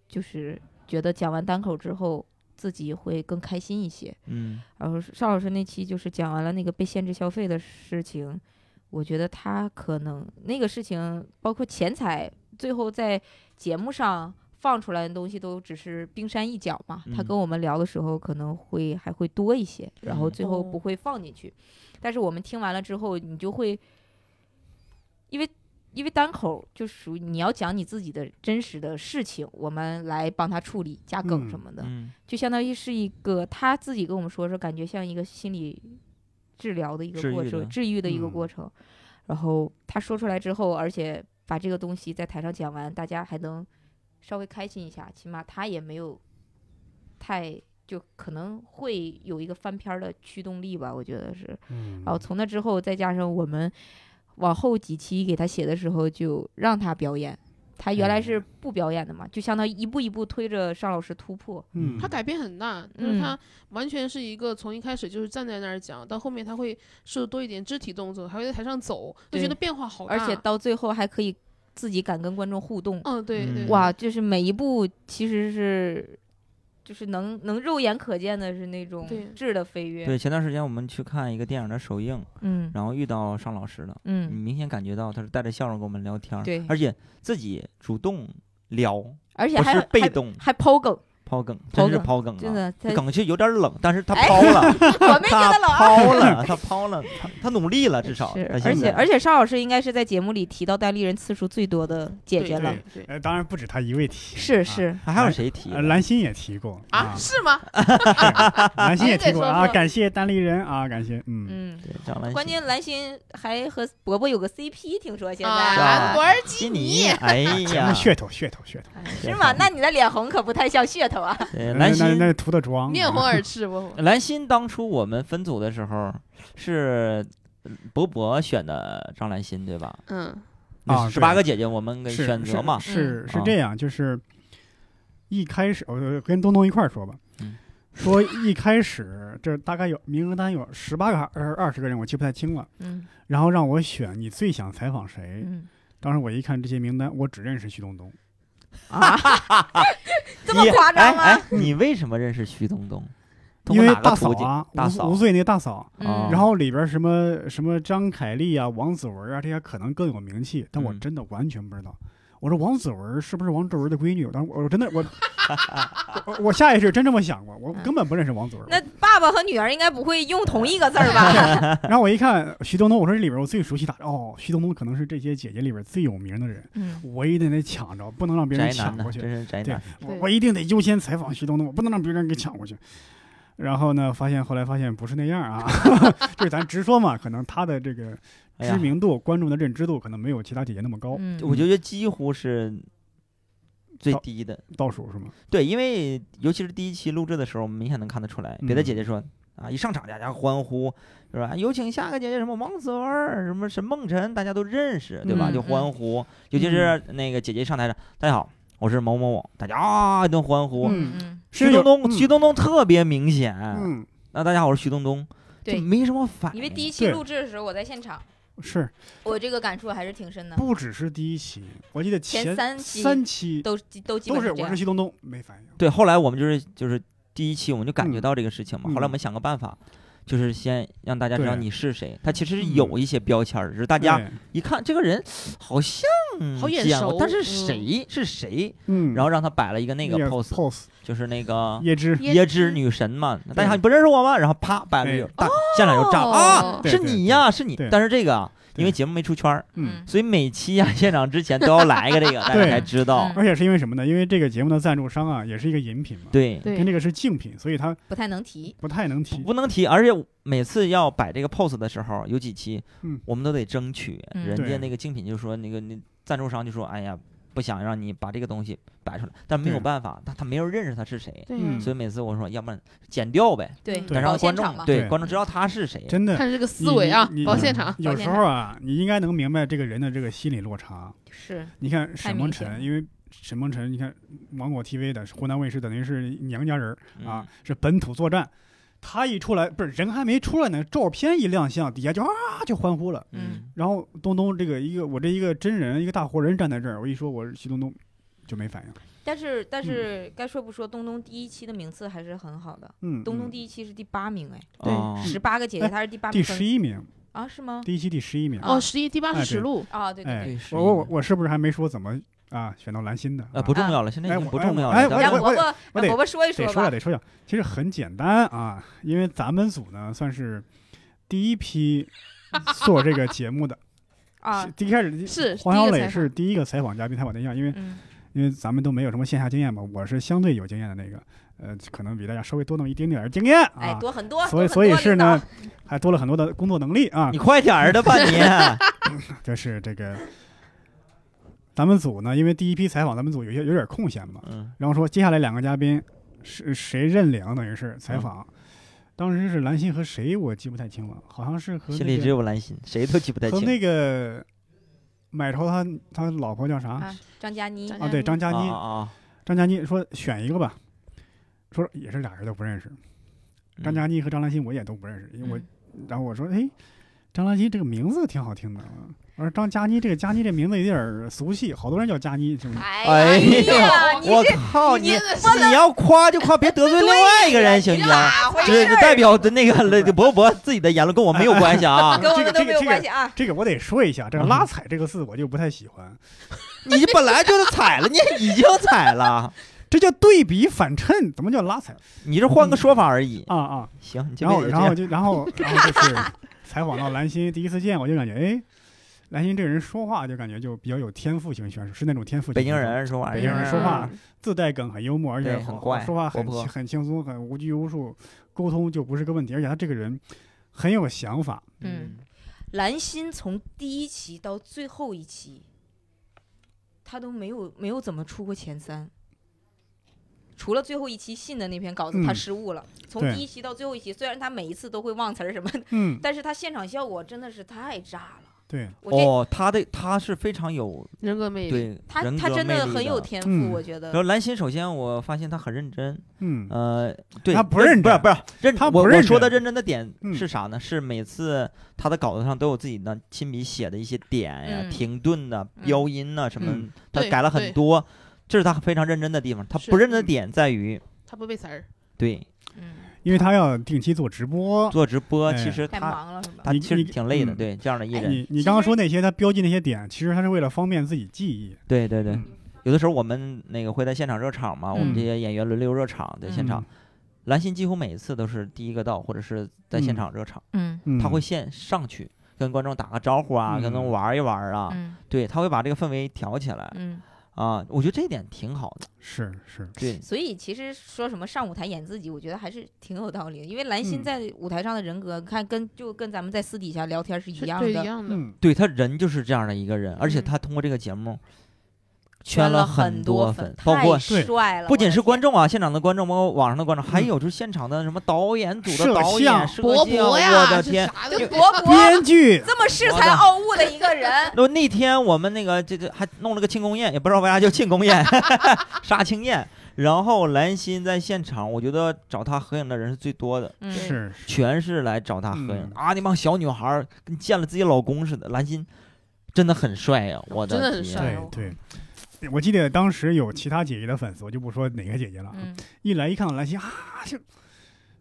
就是觉得讲完单口之后自己会更开心一些。
嗯
然后邵老师那期就是讲完了那个被限制消费的事情，我觉得他可能那个事情，包括钱财，最后在节目上放出来的东西都只是冰山一角嘛。他
嗯
跟我们聊的时候可能会还会多一些，然
嗯
后最后
哦
不会放进去。但是我们听完了之后，你就会，因为因为单口就属于你要讲你自己的真实的事情，我们来帮他处理加梗什
嗯
么的。
嗯
就相当于是一个他自己跟我们说说，感觉像一个心理治疗的一
治
个
愈
过
的嗯
程，治愈的一个过程。然后他说出来之后，而且把这个东西在台上讲完，大家还能稍微开心一下，起码他也没有太就可能会有一个翻篇儿的驱动力吧，我觉得是。
嗯
哦
然后从那之后，再加上我们往后几期给他写的时候，就让他表演。他原
哎
来是不表演的嘛，就相当于一步一步推着尚老师突破。
嗯，
他改变很大，就是他完全是一个从一开始就是站在那儿讲，到后面他会是多一点肢体动作，还会在台上走，就
对
觉得变化好大。
而且到最后还可以自己敢跟观众互动，
嗯，对对，
哇，就是每一部其实是就是能能肉眼可见的是那种
对
质的飞跃，
对，前段时间我们去看一个电影的首映，
嗯
然后遇到尚老师了，你
嗯，
明显感觉到他是带着笑容跟我们聊天儿，
对
而且自己主动聊，
而且
不
还
是被
还
动
还抛梗，
抛梗，
抛
真是
梗
抛梗
真
啊！
的，
这
他
梗是有点冷，但是他
哎
抛了，
我没觉
他
得冷啊。
抛了，他抛了，他他努力了， 至少
是
他，
而
现
且
在
而且邵老师应该是在节目里提到单立人次数最多的姐姐
对
了，
对
呃，当然不止他一位提，
啊
是是，
还还有谁提
呃，
了？
蓝心也提过
啊，是吗？
蓝心也提过
你得说
啊，
说
感谢单立人啊，感谢，嗯，
嗯，
对，张兰
关键蓝心还和伯伯有个 CP，听说现
啊，
是吧
在
兰博尔
基
基
尼，
尼，
哎
节
呀
目，噱头噱头噱头，
是吗？那你的脸红可不太像噱头啊。
对
那
哎蓝
那
心
那涂的妆，
面红
啊
耳赤，我
蓝心当初我们分组的时候是呃博博选的张兰心对吧？
嗯
啊
十八
对
个姐姐我们给
是
选择嘛，
是是
啊
这样，就是一开始，我跟东东一块儿说吧
嗯，
说一开始这大概有名额单有十八个还是二十个人，我记不太清了。
嗯
然后让我选你最想采访谁，
嗯
当时我一看这些名单，我只认识徐冬冬，
啊，这么
你
夸张吗
哎哎，你为什么认识徐冬冬？通
因
过
为
哪
大
个
嫂
途径？
啊，
大
五
嫂
五岁那个大嫂。
哦
嗯
然后里边什么什么张凯丽啊、王子文啊，这些可能更有名气，但我
嗯
真的完全不知道。我说王子文是不是王志文的闺女？当时我我真的我我我下意识真这么想过，我根本不认识王子文。
那爸爸和女儿应该不会用同一个字儿吧？
然后我一看徐冬冬，我说这里边我最熟悉的哦，徐冬冬可能是这些姐姐里边最有名的人，
嗯
我一定得抢着，不能让别
宅
人抢
男呢
过，去
真。是宅
对
男。
我我一定得优先采访徐冬冬，我不能让别人给抢过去。然后呢，发现后来发现不是那样啊， 就是咱直说嘛，可能她的这个
哎呀
知名度、观众的认知度可能没有其他姐姐那么高，
嗯
我觉得几乎是最低的。
倒数是吗？
对，因为尤其是第一期录制的时候，我们明显能看得出来，别的姐
嗯
姐说。啊！一上场，大家欢呼，是吧？哎有请下个姐姐，什么王子文儿，什么沈梦辰，大家都认识，对吧？
嗯
就
嗯
欢呼，尤其是那个姐姐上台上，大家好，我是某某某，大家啊一顿欢呼。
嗯
嗯，
徐冬冬，
嗯
徐冬冬特别明显。
嗯，
那大家好，我是徐冬冬，就
对
没什么反应。
因为第一
一
期
哎对
录制的时候我在现场，
是
我这个感触还是挺深的，
不只是第一期，我记得
前三期
三期
都都基
都
本
是
这
我
样
是。徐冬冬没反应，
对，后来我们就是就是第一期我们就感觉到这个事情嘛，
嗯
后来我们想个办法。就是先让大家知道
对
你是谁，他其
嗯
实有一些标签儿，只是大家
对
一看这个人好像
好眼
见过
熟
但是
嗯
谁、是谁，
嗯，
然
后
后让他摆了一个那
那
个 pose，啊
pose
就是那个
椰汁，
椰汁女神嘛，大家好
对
你不认识我吗？然后啪摆了一个，大现场就炸了啊，
哦
对
是你呀，是你
对，
但是这个啊，因为
对
节目没出圈儿，
嗯，
所以每期呀、现场之前都要来一 个这个，大家
对
才知
嗯
道。
而且是因为什么呢？因为这个节目的赞助商啊，也是一个饮品嘛，
对，
对
跟这个是竞品，所以他
不太能提，
不太能提。
不能提，而且每次要摆这个 pose 的时候，有几期，
嗯
我们都得争取。
嗯
人家
对
那个竞品就说，那个那赞助商就说，哎呀，不想让你把这个东西摆出来，但没有
对
办法，他他没有人认识他是谁，
对啊
嗯
所以每次我说，要不然剪掉呗，
对，
对
但
搞
让观
现场嘛
众，对
对嗯
观众知道他是谁。
真的，
看这个思维啊
你，你
保现场，
有
保健
时候啊，你应该能明白这个人的这个心理落差。
是
你看沈
明
梦
显了
辰，因为沈梦辰，你看芒果 TV 的湖南卫视，等于是娘家人儿
嗯
啊，，是本土作战。他一出来，不是人还没出来呢，照片一亮相，底下就啊就欢呼了。
嗯，
然后东东这个一个我这一个真人一个大活人站在这儿，我一说我是徐东东，就没反应。
但是但是该说不说，东东第一期的名次还是很好的，
嗯，
东东
嗯
第一期是第八名，哎，
对
哦
十八个姐姐她是第八
第
名
十
分
一名，
啊，是吗？
第一期第十一名。
哦，十一第八
哎
是实
对
录，
啊，对对
哎
对，
对11
我我我我是不是还没说怎么啊选到蓝心的？
呃，不重要了，现在
哎
已经
我
不
哎
重
我
要
哎
了。
我
大
让
家
伯伯
我
让
得
伯伯说一
得
说
说了，
吧。
得说讲，其实很简单啊，因为咱们组呢算是第一批做这个节目的
啊，
第一开始
是
黄
第一
小
个
磊
采
是第一个采访嘉宾，采访对象，因为
嗯
因为咱们都没有什么线下经验嘛，我是相对有经验的那个，呃，可能比大家稍微多那么一丁点儿经验
哎，
啊，
多很多，
所以
多很
所以
多
是
领导
呢，，还多了很多的工作能力啊
你，快点儿的吧 你，
就是这个。咱们组呢，因为第一批采访，咱们组有些有点空闲嘛，
嗯，
然后说接下来两个嘉宾是谁认领，等于是采访。
嗯
当时是蓝心和谁，我记不太清了，好像是和
心
那
里只
个
有蓝心，谁都记不太
和
清。
那个买头他他老婆叫啥
啊，张嘉倪
张
啊？对，张嘉
啊
倪
啊，啊！
张嘉倪说选一个吧，说也是俩人都不认识，
嗯
张嘉倪和张兰心我也都不认识，因为我然后我说哎，张拉基这个名字挺好听的。啊。我说张佳妮，这个佳妮这名字有点儿俗气，好多人叫佳妮，是吗？
哎
呀，你
我靠
你
你！
的是
你要夸就夸，别得罪另外一个人，行不行？
啊
啊这这代表的那个伯伯自己的言论跟我没有关系 啊！
跟我们
这
都没
个这个
有关系啊。
这个我得说一下，这个
嗯
拉踩这个字我就不太喜欢，
你本来就是踩了，你也已经踩了，
这叫对比反衬，怎么叫拉踩
你是换个说法而
嗯
已。
啊啊？
行，你这
然后，
辈子这
然后我
样。
就，然后，然后就是 采访到兰心，第一次见我就感觉，哎，兰心这人说话就感觉就比较有天赋型选手，是那种天赋型
北京
选手，
人说话，哎
北京人说话
嗯
自带梗，很幽默，而且
对
好
很怪
说话
活
很
泼
轻很轻松，很无拘无束，沟通就不是个问题，而且他这个人很有想法，
嗯，蓝心从第一期到最后一期，她都没有没有怎么出过前三，除了最后一期信的那篇稿子她
嗯
失误了。从
对
第一期到最后一期，虽然她每一次都会忘词儿什么的，
嗯，
但是她现场效果真的是太炸了。
对，
我这
哦，他的他是非常有
人格魅力，
对
她
人
她
格
真
魅
的
力
很有
的
天赋，
嗯
我觉
然后
得。
兰心，首先我发现他很认真，
嗯，
呃，对，
他不
认
认
不是
真
不是认
他不
我
认
我说的
真
认真的点
嗯
是啥呢？是每次他的稿子上都有自己的亲笔写的一些点呀、
嗯
停顿呐、
嗯
标音呐、什么，
嗯
他
对
改了
对
很多，这是他非常认真的地方。他
是
不认真的
嗯
点在于，
他不背词儿，
对，
嗯，
因为他要定期做直播，
做直播
哎
其实
太
他
忙了是吧？
他
你
其实
你
挺累的，
嗯
对这样的艺人，
你你
其
刚刚
实
说那些，他标记那些点，其实他是为了方便自己记忆，
对对对
嗯。
有的时候我们那个会在现场热场嘛，我们这
嗯
些演员轮流热场在现场，兰心几乎每一次都是第一个到，或者是在现
嗯
场热场。
嗯
嗯，
他会先上去跟观众打个招呼啊，
嗯
跟他们玩一玩啊，
嗯
对他会把这个氛围挑起来、
嗯，
啊，我觉得这一点挺好的。
是是，
对，
所以其实说什么上舞台演自己，我觉得还是挺有道理的，因为蓝
嗯
心在舞台上的人格，看跟就跟咱们在私底下聊天是一
是
样
对一
的，
样的，
嗯，
对他人就是这样的一个人，而且
嗯
他通过这个节目
圈
了
很
多
粉，
包括
太帅了，
不仅是观
众，
众啊，现场的观众，包括网上的观众，还
嗯
有就是现场的什么导演组
摄
的导
像
演、摄
博
像，
博呀，
我的天！，
就
就
博
博博
编剧
这么恃才傲物的一个人
那那天我们那个这这还弄了个庆功宴，也不知道为啥叫庆功宴， 杀青宴。然后兰心在现场，我觉得找他合影的人是最多的。
嗯，
是
全是来找她合影、
嗯
啊！那帮小女孩儿跟见了自己老公似的，兰心真的很帅呀、我
真的很
天
帅
对对，我记得当时有其他姐姐的粉丝，我就不说哪个姐姐了啊，
嗯，
一来一看到兰心啊，就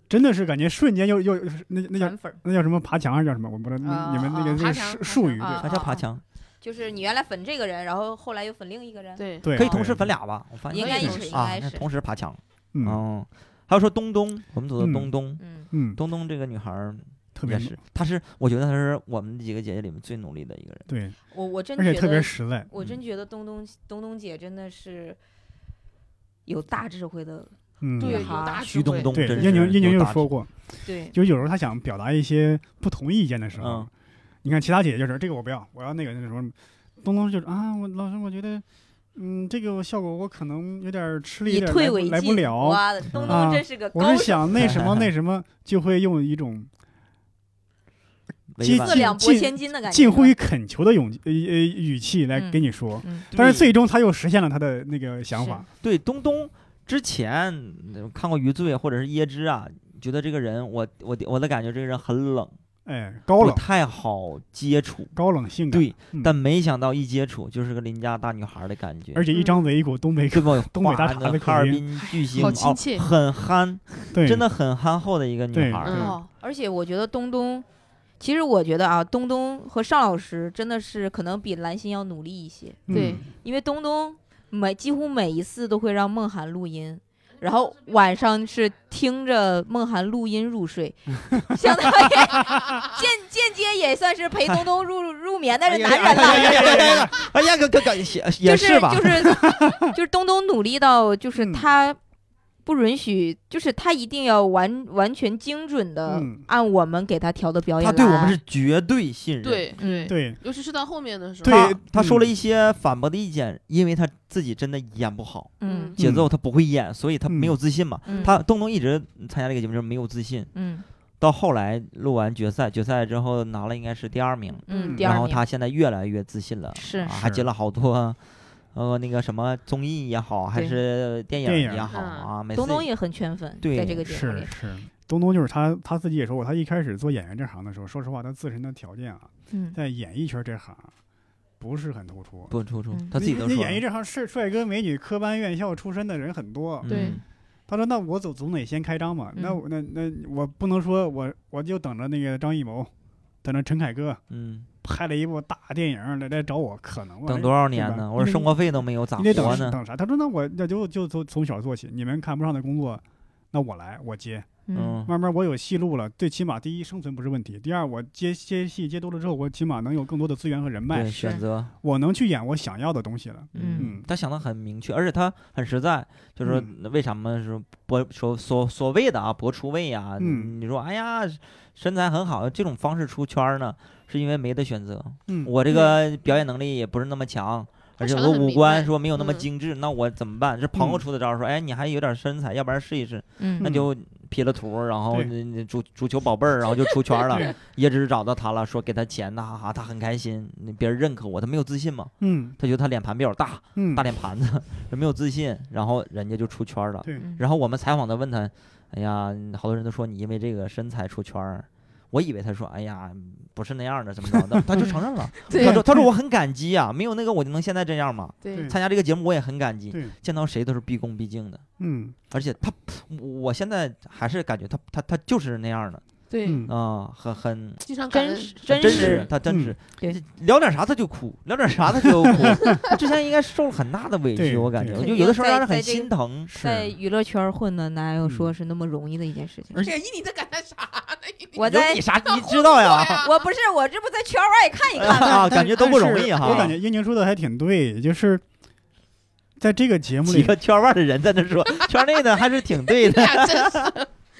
真的是感觉瞬间又又又是那那叫
粉粉儿
那叫什么爬墙还是叫什么？我不知道、
嗯啊
你你们那个
啊
那个
爬墙
术
爬
术
墙
语
啊
他叫爬墙，
就是你原来粉这个人，然后后来又粉另一个人，
对，
对，对
可以同时分。俩吧？我发现
应该
可以
是应
啊
该，
那
是，
同时爬墙。
嗯
嗯，还有说东东，我们组的
嗯
东东，
嗯，
嗯，
东东这个女孩儿
特别
也是，她是我觉得她是我们几个姐姐里面最努力的一个人。
对，
我我真
而且
觉
特别
得，
实在。
我真觉得东东东东姐真的是有大智慧的，
嗯，
对，有
好
大
徐
智慧
冬冬
对，
真
英
是
宁英宁
有
就
大
说过，
对，
就有时候她想表达一些不同意见的时候，
嗯
你看其他姐姐就是这个我不要，我要那个那什么，东东就是啊，我老师我觉得，嗯，这个效果我可能有点儿吃力，有
以
点儿
退
来不
为进，
来不了。
哇，东
啊
东真是个
我
高
是
手，
想那什么那什么，就会用一 种
委
接
四
婉
近
两拨千斤的感觉，
近乎于恳求的勇呃呃语气来
嗯
跟你说，
嗯，
但是最终他又实现了他的那个想法。
对东东之前呃看过《余罪》或者是《椰汁》啊，觉得这个人我我我的感觉这个人很冷，
哎，高冷
不，太好接触。
高冷性感，
对，
嗯
但没想到一接触就是个邻家大女孩的感觉，
而且一
嗯
张嘴一股东北
对
口
吧？
东北大碴
的
子口
哈尔
音
滨巨星，
好
哦
亲切
很憨，
对，
真的很憨厚的一个女
对
孩儿。
嗯
哦，而且我觉得东东，其实我觉得啊，东东和尚老师真的是可能比蓝心要努力一些，
嗯
对
因为东东每几乎每一次都会让梦涵录音。然后晚上是听着梦涵录音入睡，相当于 间间接也算是陪东东入入眠的
哎
人
呀
男
呀
人了。
呀呀呀呀呀！ 哎呀，可可可也也
就是
吧
就？是 就是东东努力到，就是
嗯
他不允许，就是他一定要完完全精准的
嗯
按我们给他调的表演
他
来。
对我们是绝对信任。，
对
嗯
对
尤其是到后面的时候，
对
他说了
嗯
一些反驳的意见，因为他自己真的演不好，
嗯
节奏他不会演，所以他没有自信嘛。
嗯
他东东一直参加这个节目就是没有自信，
嗯
到后来录完决赛，决赛之后拿了应该是第二名，
嗯
嗯
第
然
二
后
名
他现在越来越自信了，
是
啊，还
是
接了好多，呃，那个什么综艺也好，还
对
是电
电
影
影
也好
嗯
啊，每次
东东也很圈粉，
对
在这个节目
是
里，
是，东东就是他他自己也说过，他一开始做演员这行的时候，说实话，他自身的条件啊，
嗯
在演艺圈这行啊不是很突出。
不出出
嗯，
他自己
你
都
你
说
演艺
了，
这行是帅哥美女，科班院校出身的人很多。
嗯
对
他说：“那我总总得先开张嘛，那
嗯
我那那我不能说我我就等着那个张艺谋，等着陈凯歌
嗯，
拍了一部大电影来来找我，可能吗？
等多少年
对吧
呢？我说生活费都没有，咋
你得
活
等
呢？
等啥？他说那我那就就从从小做起，你们看不上的工作，那我来我接，
嗯，
慢慢我有戏路了，最起码第一生存不是问题，第二我接接戏接多了之后，我起码能有更多的资源和人
对，
脉，
选择，
我能去演我想要的东西了。嗯
他想的很明确，而且他很实在，就是说
嗯
为什么说博说所所谓的啊博出位呀、
嗯
你说哎呀身材很好，这种方式出圈儿呢，是因为没得选择。
嗯，
我这个表演能力也不是那么强，
他
而且
想
我的
得很
五
明
官
白
说没有那么
嗯
精致，那我怎么办？是朋友
嗯
出的招儿，说哎你还有点身材，要不然试一试，
嗯
那
嗯
就 P 了图，然后
对
那那足足球宝贝儿，然后就出圈儿了
对，
也只是找到他了，说给他钱，那哈哈，他很开心，那别人认可我，他没有自信嘛，
嗯
他觉得他脸盘比较大。
嗯
大脸盘子， 人没有自信，然后人家就出圈儿了。
对
嗯
然后我们采访他问他，哎呀，好多人都说你因为这个身材出圈儿。我以为他说，哎呀，不是那样的，怎么着的，他就承认了。
对
他说，他说我很感激啊，没有那个我就能现在这样嘛。
对
对
参加这个节目我也很感激，
嗯对
见到谁都是毕恭毕敬的。
嗯
而且他，我现在还是感觉他他他就是那样的
对，
嗯
啊、很很
经常感
真
恩
实
真
实
实，他真
嗯
实。
对
聊点啥他就哭，聊点啥他就哭。他之前应该受了很大的委屈，
对
我感觉，
对
我就有的时候让人
肯定
很
在在这个
心疼。
在
是，
娱乐圈混的，哪有
嗯
说是那么容易的一件事情？
而
这以你在感叹啥呢？以你
我
有
在
你啥？你知道呀？
我不是我这不在圈外看一看吗？
啊，感觉都不容易
我感
哈。
觉英宁说的还挺对，就是在这个节目
几
里，
个圈外的人在那说，圈内的还是挺对
你
的。
俩真是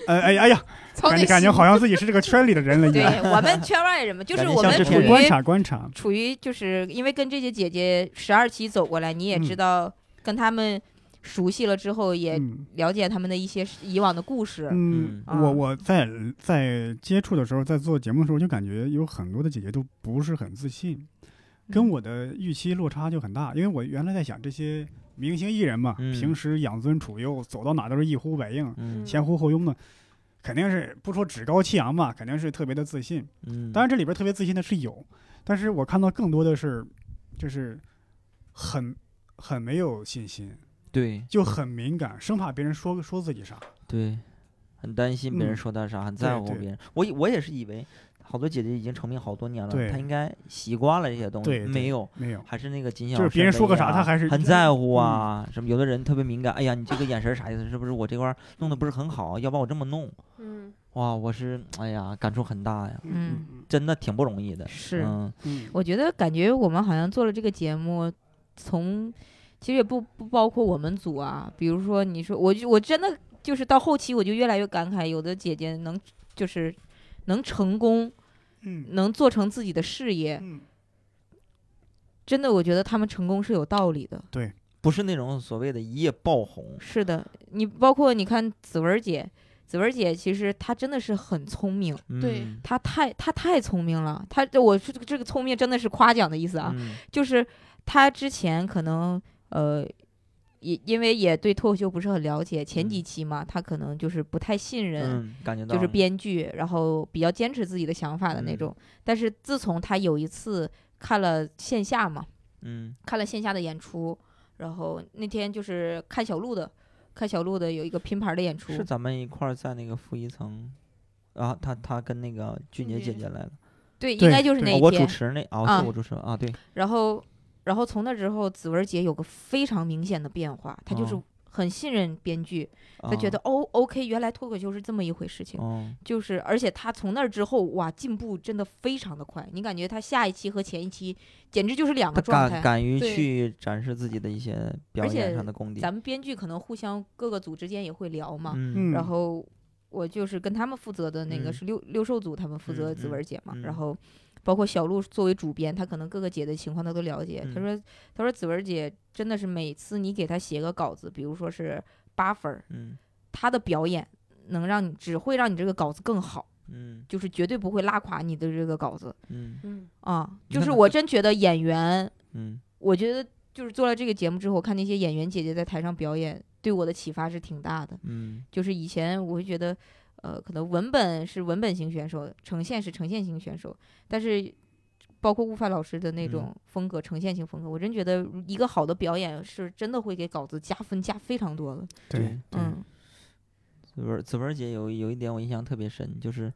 呃哎呀哎呀，
从
感
内
觉感觉
心
好像自己是这个圈里的人了一
哦对
样。
我们圈外人嘛，就是
嗯感觉
我
像
们
是
处
对
观
于
察观察，
处于就是因为跟这些姐姐十二期走过来，你也知
嗯
道跟她们熟悉了之后，也
嗯
了解她们的一些以往的故事。
嗯，
嗯
我
啊
我在在接触的时候，在做节目的时候，就感觉有很多的姐姐都不是很自信，跟
嗯
我的预期落差就很大。因为我原来在想这些明星艺人嘛，
嗯
平时养尊处优，走到哪都是一呼百应，
嗯
前呼后拥的，肯定是不说趾高气扬吧，肯定是特别的自信。
嗯，
当然这里边特别自信的是有，但是我看到更多的是，就是很很没有信心，
对
就很敏感，生怕别人说说自己啥。
对，很担心别人
嗯
说他啥，很在乎
对
别人。我以我也是以为，好多姐姐已经成名好多年
对
了，她应该习惯了这些东西，
对对
没有。
没有，
还是那个谨小
就是别人说个啥他还是嗯
很在乎啊。什么有的人特别敏感，哎呀，你这个眼神儿啥意思？是不是我这块儿弄得不是很好？要不然我这么弄，
嗯，
哇，我是哎呀，感触很大呀，
嗯
真的挺不容易的。
是
嗯
嗯
我觉得感觉我们好像做了这个节目，从其实也不不包括我们组啊，比如说你说我就我真的就是到后期我就越来越感慨，有的姐姐能就是能成功，
嗯
能做成自己的事业，
嗯，
真的我觉得她们成功是有道理的。
不是那种所谓的一夜爆红，
是的，你包括你看子文儿姐，子文儿姐其实她真的是很聪明，
对
嗯
她太她太聪明了，她我这个这个聪明真的是夸奖的意思啊，
嗯
就是他之前可能呃，也因为也对脱口秀不是很了解，前几
嗯
期嘛，他可能就是不太信任，
嗯，感觉到
就是
了
编剧，然后比较坚持自己的想法的那
嗯
种。但是自从他有一次看了线下嘛，
嗯
看了线下的演出，然后那天就是看小鹿的，看小鹿的有一个拼盘的演出，
是咱们一块儿在那个负一层。啊，他他跟那个俊杰姐
俊杰
姐来了，
对，应
对
该就是
对
那
哦
一
我
天。
主持那啊，
啊
是我主持啊，对，
然后，然后从那之后，子文姐有个非常明显的变化，她就是
哦
很信任编剧，
他
他觉得哦，OK，原来脱口秀是这么一回事情，
哦，
就是而且他从那儿之后，哇，进步真的非常的快，你感觉他下一期和前一期简直就是两
他
个状
敢
态。
敢于
对
去展示自己的一些表
而且
演上的功底，
咱们编剧可能互相各个组之间也会聊嘛，
嗯
然后我就是跟他们负责的那个
嗯
是六、六兽组，他们负责的
嗯
子文姐嘛，
嗯嗯
然后包括小鹿作为主编，他可能各个姐的情况他都了解。他
嗯
说他说子文姐真的是每次你给他写个稿子，比如说是八分儿，
嗯
他的表演能让你只会让你这个稿子更好。
嗯
就是绝对不会拉垮你的这个稿子
嗯
嗯
啊。
你
就
看
是
他
我真觉得演员，
嗯，
我觉得就是做了这个节目之后，我看那些演员姐姐在台上表演，对我的启发是挺大的。
嗯
就是以前我会觉得，呃，可能文本是文本型选手，呈现是呈现型选手，但是包括悟饭老师的那种风格，呈现型风格，我真觉得一个好的表演是真的会给稿子加分，加非常多的。
对，
嗯
子文子文姐有有一点我印象特别深，就是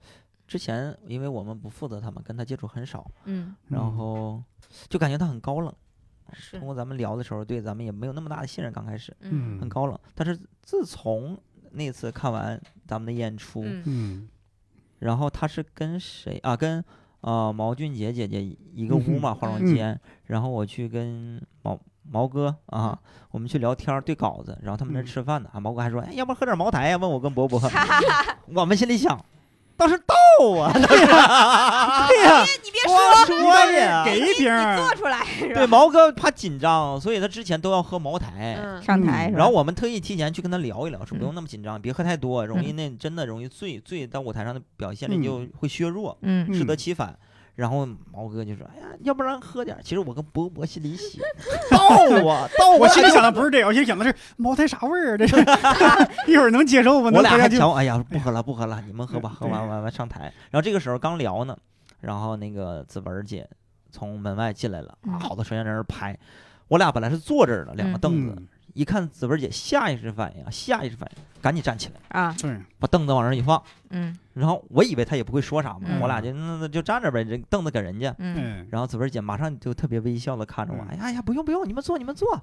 之前因为我们不负责他们，跟他接触很少，
嗯，
然后就感觉他很高冷。
是
通，过咱们聊的时候，对咱们也没有那么大的信任，刚开始
嗯
很高冷。但是自从那次看完咱们的演出，
嗯
嗯
然后他是跟谁啊？跟呃毛俊杰姐姐一个屋嘛，化妆
嗯
间。然后我去跟毛毛哥啊，我们去聊天儿对稿子，然后他们那儿
嗯
吃饭呢。啊，毛哥还说，哎，要不然喝点茅台呀？问我跟伯伯。我们心里想，倒是逗啊，倒是 对呀，
你别
我说呀，
给一瓶儿，
做出来是
对
吧？
毛哥怕紧张，所以他之前都要喝茅台。
嗯，
上台是吧？
然后我们特意提前去跟他聊一聊，说不用
嗯
那么紧张，别喝太多，容易
嗯
那真的容易醉，醉到舞台上的表现力
嗯
就会削弱，
嗯
适得
嗯
其反。然后毛哥就说：“哎呀，要不然喝点儿。”其实我跟博博心里想，逗啊逗啊，
我心里
就
想的不是这个，我心里想的是茅台啥味儿？啊这是 一会儿能接受吗？
我
能
俩
喝
还
下去吗？
调，哎呀，不喝了，不喝了，你们喝吧，喝
对
完完完上台。然后这个时候刚聊呢，然后那个子文儿姐从门外进来了，
嗯
啊，好多摄像在那儿拍。我俩本来是坐这儿的，两个
嗯
凳子，
嗯
一看子文儿姐下意识反应啊，下意识反应，赶紧站起来，
啊，
对，
把凳子往那儿一放。
嗯
然后我以为她也不会说啥嘛，
嗯
我俩就那那就站着呗，这凳子给人家。
嗯
嗯，
然后子文儿姐马上就特别微笑的看着我，
嗯
哎呀哎呀，不用不用，你们坐你们坐，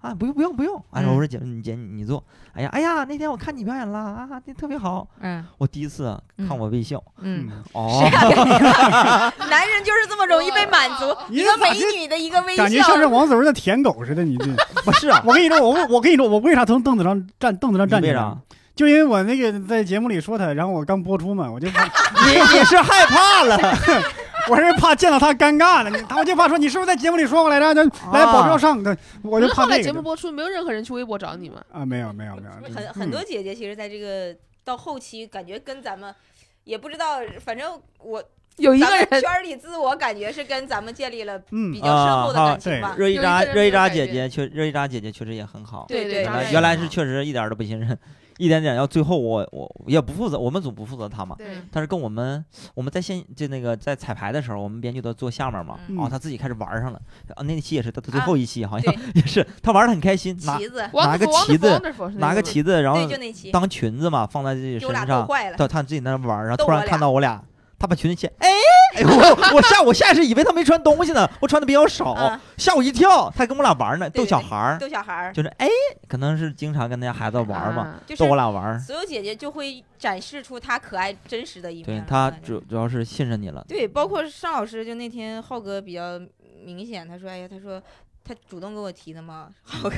啊，不用不用不用。哎，我
嗯
说姐你姐你坐，哎呀哎呀，那天我看你表演了啊，那特别好。
嗯
我第一次啊看
嗯
我微笑，
嗯，
哦，
男人就是这么容易被满足。
你
一个
咋
美
这
女的一个微
嗯
笑，
感觉像是王子文的舔狗似的？你这，
不是 啊，
我跟你说，我我跟你说，我为啥从凳子上站凳子上站起
为
来
啥？？
就因为我那个在节目里说他，然后我刚播出嘛，我就怕
你你是害怕了？
我是怕见到他尴尬了，你他我就怕说你是不是在节目里说过来着？就来
啊
保镖上，对我
不
就是怕
后来
这
节
个
目
就。
播出，没有任何人去微博找你们。
啊，没有没有没有，就
很很
是
很多姐姐其实在这个到后期，感觉跟咱们也不知道，反正我
有一
咱
个
们
人
圈儿里自我感觉是跟咱们建立了
嗯
比
嗯
较深厚的
啊
感情吧。
热依
有一
扎
个人
热
没
依
有
扎
改
姐
变
姐确热依扎姐姐确实也很好，
对
对，
原
扎
来
染
原来
嘛
是确实一点儿都不信任，一点点要最后我我也不负责，我们组不负责她嘛。
对，
但是跟我们我们在现就那个在彩排的时候，我们编剧都坐下面嘛，
嗯
哦，他自己开始玩上了啊，那期也是他他最
啊
后一期好像
对
也是他玩的很开心，拿
旗子，
拿个
Wonderful，
旗子
Wonderful 是那
拿个
吗
旗子，然后
对，就那期，
当裙子嘛放在自己
给我俩
身
逗
上，
坏了。
到他自己在那玩儿，然
逗
后突然
我俩
看到我俩，他把裙子掀，哎，哎呦我我下我下意识以为他没穿东西呢，我穿的比较少，
啊，
吓我一跳，他跟我俩玩呢，
对
逗
对
小
对
孩儿，
逗小孩儿，
就是哎，可能是经常跟那些孩子玩儿嘛，
啊
就是
逗我俩玩儿，
所有姐姐就会展示出她可爱真实的一面嗯
对
了。
他
感觉
主主要是信任你了，
对，包括尚老师，就那天浩哥比较明显，他说：“哎呀，他说他主动跟我提的嘛。”浩哥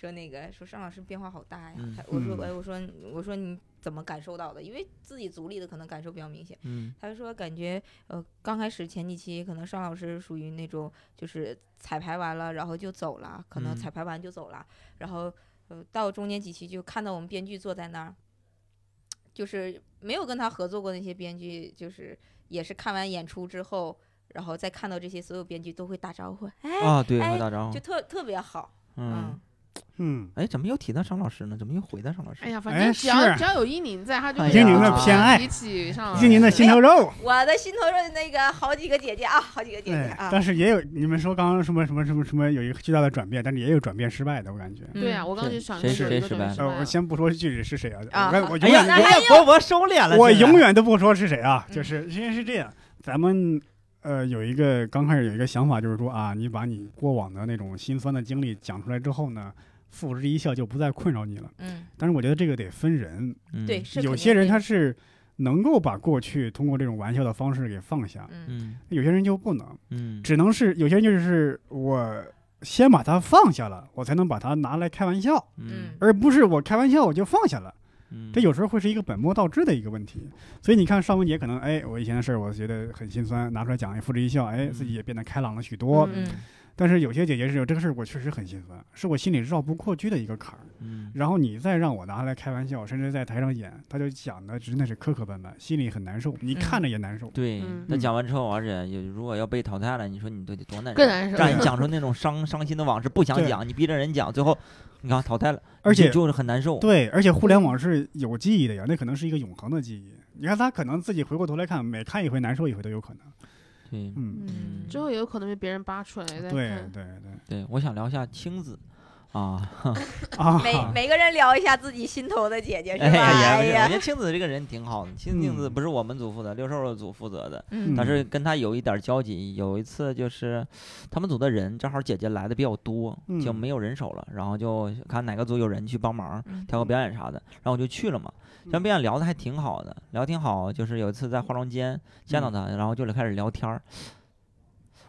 说：“那个说尚老师变化好大呀。
嗯
他我说：“
嗯
哎，我说我说你怎么感受到的？因为自己组里的可能感受比较明显。”
嗯
他说感觉呃，刚开始前几期可能尚老师属于那种就是彩排完了然后就走了，可能
嗯
彩排完就走了，然后呃到中间几期就看到我们编剧坐在那儿，就是没有跟他合作过那些编剧，就是也是看完演出之后，然后再看到这些所有编剧都会打招呼，哎，
哦
啊，对，
哎
会打招呼
就，特特别好，
嗯。
嗯，
嗯，
哎，怎么又提到张老师呢？怎么又回到张老师？
哎呀，反
哎
正只
是
要只要有伊宁在，他就
哎
会
呀
英宁的偏爱
提，起上来
英宁的心头肉，
我的心头肉的那个好几个姐姐啊，好几个姐姐
对
啊，，
但是也有你们说刚刚什么什么什么什么有一个巨大的转变，但是也有转变失败的，我感觉。
对呀、
嗯
我刚
谁
就想
谁
说
是
有
谁
一个
失
东西
败
失
呃，我
了
先不说具体是谁啊，
啊
我跟我
哎
永
呀，
远
你
那
永
还
远
有
博博收敛了，
我
竟然
永远都不说是谁啊，
啊嗯
就是因为是这样，咱们呃有一个刚开始有一个想法，就是说啊，你把你过往的那种心酸的经历讲出来之后呢，付之一笑就不再困扰你了。
嗯，
但是我觉得这个得分人，
嗯
对，是
有
肯
些
定
人
的
他是能够把过去通过这种玩笑的方式给放下，
嗯
嗯
有些人就不能，
嗯，
只能是有些人就是我先把它放下了，我才能把它拿来开玩笑，
嗯
而不是我开玩笑我就放下了。
嗯，
这有时候会是一个本末倒置的一个问题。所以你看，尚雯婕可哎能，哎，我以前的事儿，我觉得很心酸，拿出来讲，付之一笑，哎，自己也变得开朗了许多。
嗯
嗯
但是有些姐姐是有这个事儿，我确实很心烦，是我心里绕不过去的一个坎儿。
嗯
然后你再让我拿它来开玩笑，甚至在台上演，他就讲的真的是磕磕绊绊，心里很难受，你看着也难受。
对
嗯，
那讲完之后，而且也如果要被淘汰了，你说你得多难受
更，难受。
让你讲出那种伤伤心的往事，不想
对
讲，你逼着人讲，最后你看淘汰了，
而且
你就是很难受。
对，而且互联网是有记忆的呀，那可能是一个永恒的记忆。你看他可能自己回过头来看，每看一回难受一回都有可能。
对
嗯，
嗯
嗯，
之后也有可能被别人扒出来再
对
看
对。对
对，我想聊一下青子啊，
啊，
每每个人聊一下自己心头的姐姐是
哎
吧？
呀，也不是，
哎
我觉
呀，
得青子这个人挺好的，青青子
嗯
不是我们组负责，六兽组负责的，
嗯
但是跟他有一点交集。有一次就是他们组的人正好姐姐来的比较多，就
嗯
没有人手了，然后就看哪个组有人去帮忙
嗯
跳个表演啥的，然后我就去了嘛。咱表演聊的还挺好的，聊挺好。就是有一次在化妆间见
嗯
到他，然后就开始聊天儿。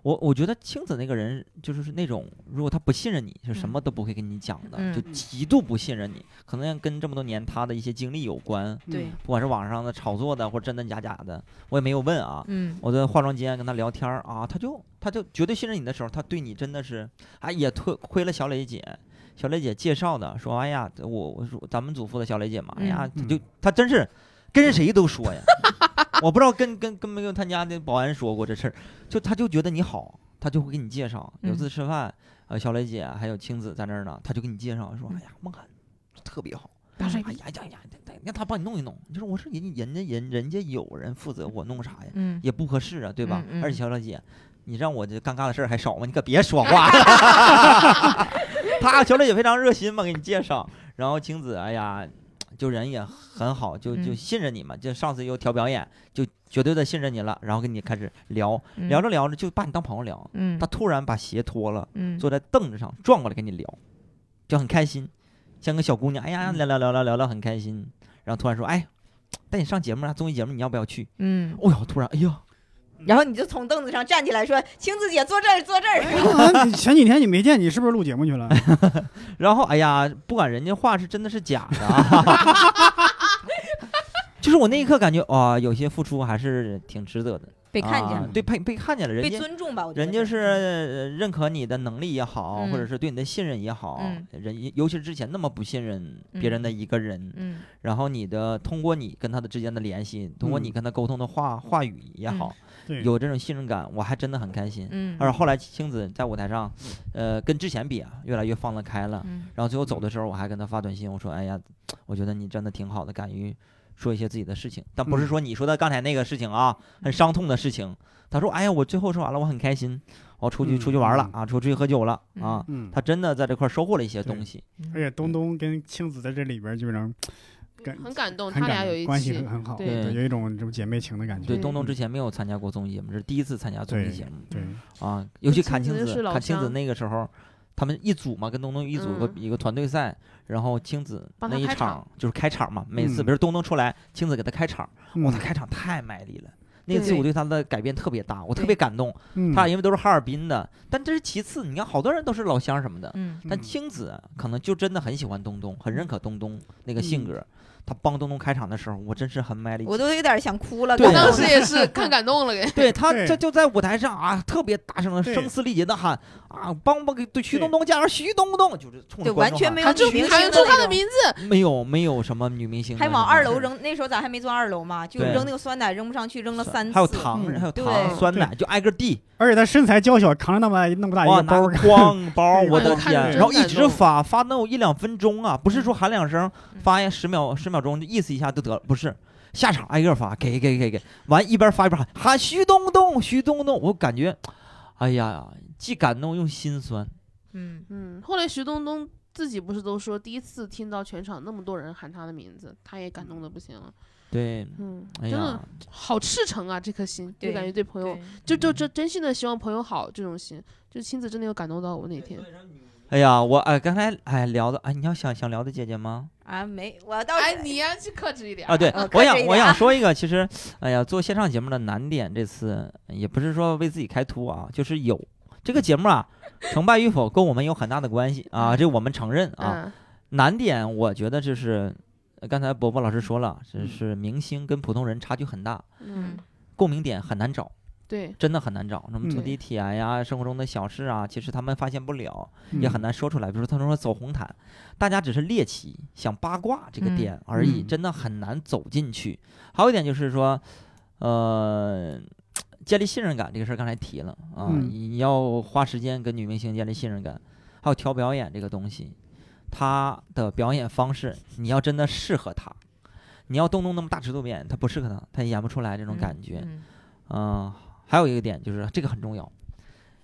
我我觉得青子那个人就是是那种，如果他不信任你，是什
嗯
么都不会跟你讲的，
嗯
就极度不信任你。可能跟这么多年他的一些经历有关，
对，
不管是网上的炒作的或者真真假假的，我也没有问啊。
嗯
我在化妆间跟他聊天儿啊，他就他就绝对信任你的时候，他对你真的是，哎，也推亏了小磊姐，小磊姐介绍的，说哎呀，我我说咱们组负责小磊姐嘛，哎呀，
嗯
他就他真是跟谁都说呀， 我不知道跟跟跟没有他家的保安说过这事儿，就他就觉得你好，他就会给你介绍。
嗯
有次吃饭，呃，小磊姐还有青子在那儿呢，他就给你介绍说，哎呀，孟涵特别好。
大帅
哎呀哎呀哎呀，让他帮你弄一弄。你说我说人家人家人人家有人负责，我弄啥呀？
嗯，
也不合适啊，对吧？
嗯嗯
而且小小姐，你让我这尴尬的事儿还少吗？你可别说 话 了。她小小姐非常热心嘛，给你介绍。然后晴子，哎呀，就人也很好，就就
嗯
信任你嘛。就上次又调表演，就绝对的信任你了。然后跟你开始聊，
嗯
聊着聊着就把你当朋友聊。
嗯
她突然把鞋脱了，
嗯
坐在凳子上转过来跟你聊，就很开心，像个小姑娘，哎
嗯
呀，聊聊聊聊聊聊很开心。然后突然说，哎，带你上节目啊，综艺节目，你要不要去？
嗯，
哦哟，突然，哎呀。
然后你就从凳子上站起来说：“青子姐坐这儿，坐这儿。
啊，你前几天你没见，你是不是录节目去了？
然后哎呀，不管人家话是真的是假的啊，就是我那一刻感觉哇、有些付出还是挺值得的，”
被看见
啊
了，
对，被被看见了，人
被
家
尊重吧，我觉得
人家是呃认可你的能力也好，或者
嗯
是对你的信任也好，
嗯
人尤其是之前那么不信任别人的一个人，
嗯
然后你的通过你跟他的之间的联系，通过你
嗯
跟他沟通的话话语也好，
对，
有这种信任感，我还真的很开心。
嗯，
而后来青子在舞台上，呃，跟之前比啊，越来越放得开了。
嗯
然后最后走的时候，我还跟他发短信，我说：“哎呀，我觉得你真的挺好的，敢于说一些自己的事情，但不是
嗯
说你说的刚才那个事情啊，很伤痛的事情。”他说：“哎呀，我最后说完了，我很开心，我出去
嗯
出去玩了
嗯
啊，出去喝酒了啊。
嗯”，
他真的在这块儿收获了一些
对
东西，
而且东东跟青子在这里边基本上感
很感动，
很
哦他俩
感
有一
关系
期
很很好，
对
对
有一种这种姐妹情的感觉。
对
对
东东之前没有参加过综艺节目，这是第一次参加综艺
对
节目
对，
啊，尤其
青
阚
子
清
是
子，
老
阚清子
乡
那个时候。他们一组嘛，跟东东一组有个
嗯
一个团队赛，然后青子
帮
那
他
一
开场
场就是开场嘛，每次
嗯
比如东东出来，青子给他开场，哇，
嗯
他开场太卖力了。那
对
次我对他的改变特别大，我特
对
别感动。
嗯
他因为都是哈尔滨的，但这是其次。你看，好多人都是老乡什么的，
嗯
但
嗯
青子可能就真的很喜欢东东，很认可东东那个性
嗯
格。他帮东东开场的时候，我真是很卖力。
我都有点想哭了。
对
啊
刚
当
刚
时也是看感动了，给
对他，这
对
就在舞台上啊，特别大声的、
对
声嘶力竭的喊啊，帮帮给对徐东东加油，徐东东就是冲
对
着观
完
众啊喊
全 没有
喊
女
出
明星
喊
的
出他
那
的
种。
名字，
没有没有什么女明星的啊
还
什
往
么
二
事
楼
儿
扔，那时候咱还没坐二楼嘛，就
嗯对
扔那个酸奶扔不上去，扔了三次。
还有糖，
嗯
还有
对
糖、酸
对
奶，就挨个递。
而且他身材娇小，扛着那么那么大一
哇，
个
拿
包
个
儿，
光包，
对
我的
我
天
看！着
然后
真
一
感
直
动
发发能有一两分钟啊，不是说喊两声
嗯，
发呀十秒十秒钟就意思一下就得了，不是。下场挨个发，给给给给，完一边发一边喊喊徐东东，徐东东，我感觉，哎呀，既感动又心酸。
嗯，
嗯，后来徐冬冬自己不是都说，第一次听到全场那么多人喊他的名字，他也感动的不行了。
对，
嗯，
哎
真的
呀，
好赤诚啊，这颗心，就
对
感觉对朋友，
对
就
嗯
就就真心的希望朋友好这种心，就亲自真的有感动到我那天。
哎呀，我哎刚才哎聊的哎，你要想想聊的姐姐吗？
啊，没，我倒
哎，
是
你要去克制一点
啊，对
嗯
我，
我
看
想
这一
我
点
想
啊
说一个，其实，哎呀，做线上节目的难点，这次也不是说为自己开脱啊，就是有这个节目啊，成败与否跟我们有很大的关系
嗯
啊，这我们承认啊。
啊，
难点，我觉得就是呃刚才伯伯老师说了，这
嗯
是明星跟普通人差距很大，
嗯，
共鸣点很难找。
对，
真的很难找。什么
嗯
坐地铁呀、生活中的小事啊，其实他们发现不了，
嗯
也很难说出来。比如说，他说走红毯，大家只是猎奇，想八卦这个
嗯
点而已，
嗯
真的很难走进去。还有一点就是说，呃。建立信任感这个事儿刚才提了啊，
嗯
你要花时间跟女明星建立信任感，还有挑表演这个东西，她的表演方式你要真的适合她，你要动动那么大尺度演，她不适合她，她演不出来这种
嗯
感觉。
嗯
嗯，还有一个点就是这个很重要，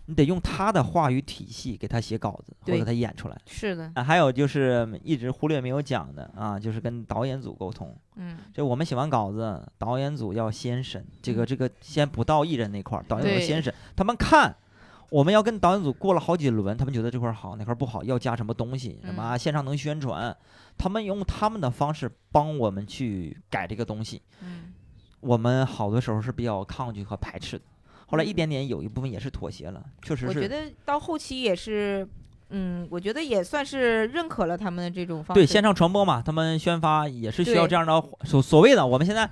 你得用他的话语体系给他写稿子或
对
者他演出来。
是的，
啊还有就是一直忽略没有讲的啊，就是跟导演组沟通。
嗯，
就我们写完稿子，导演组要先审，这个这个先不到艺人那块儿，导演组
对
先审，他们看。我们要跟导演组过了好几轮，他们觉得这块儿好，那块儿不好，要加什么东西，什么啊线上能宣传，他们用他们的方式帮我们去改这个东西。
嗯，
我们好多时候是比较抗拒和排斥的。后来一点点有一部分也是妥协了，确实
嗯我觉
是
得到后期也是，嗯，我觉得也算是认可了他们的这种方式。
对线上传播嘛，他们宣发也是需要
对
这样的所所谓的。我们现在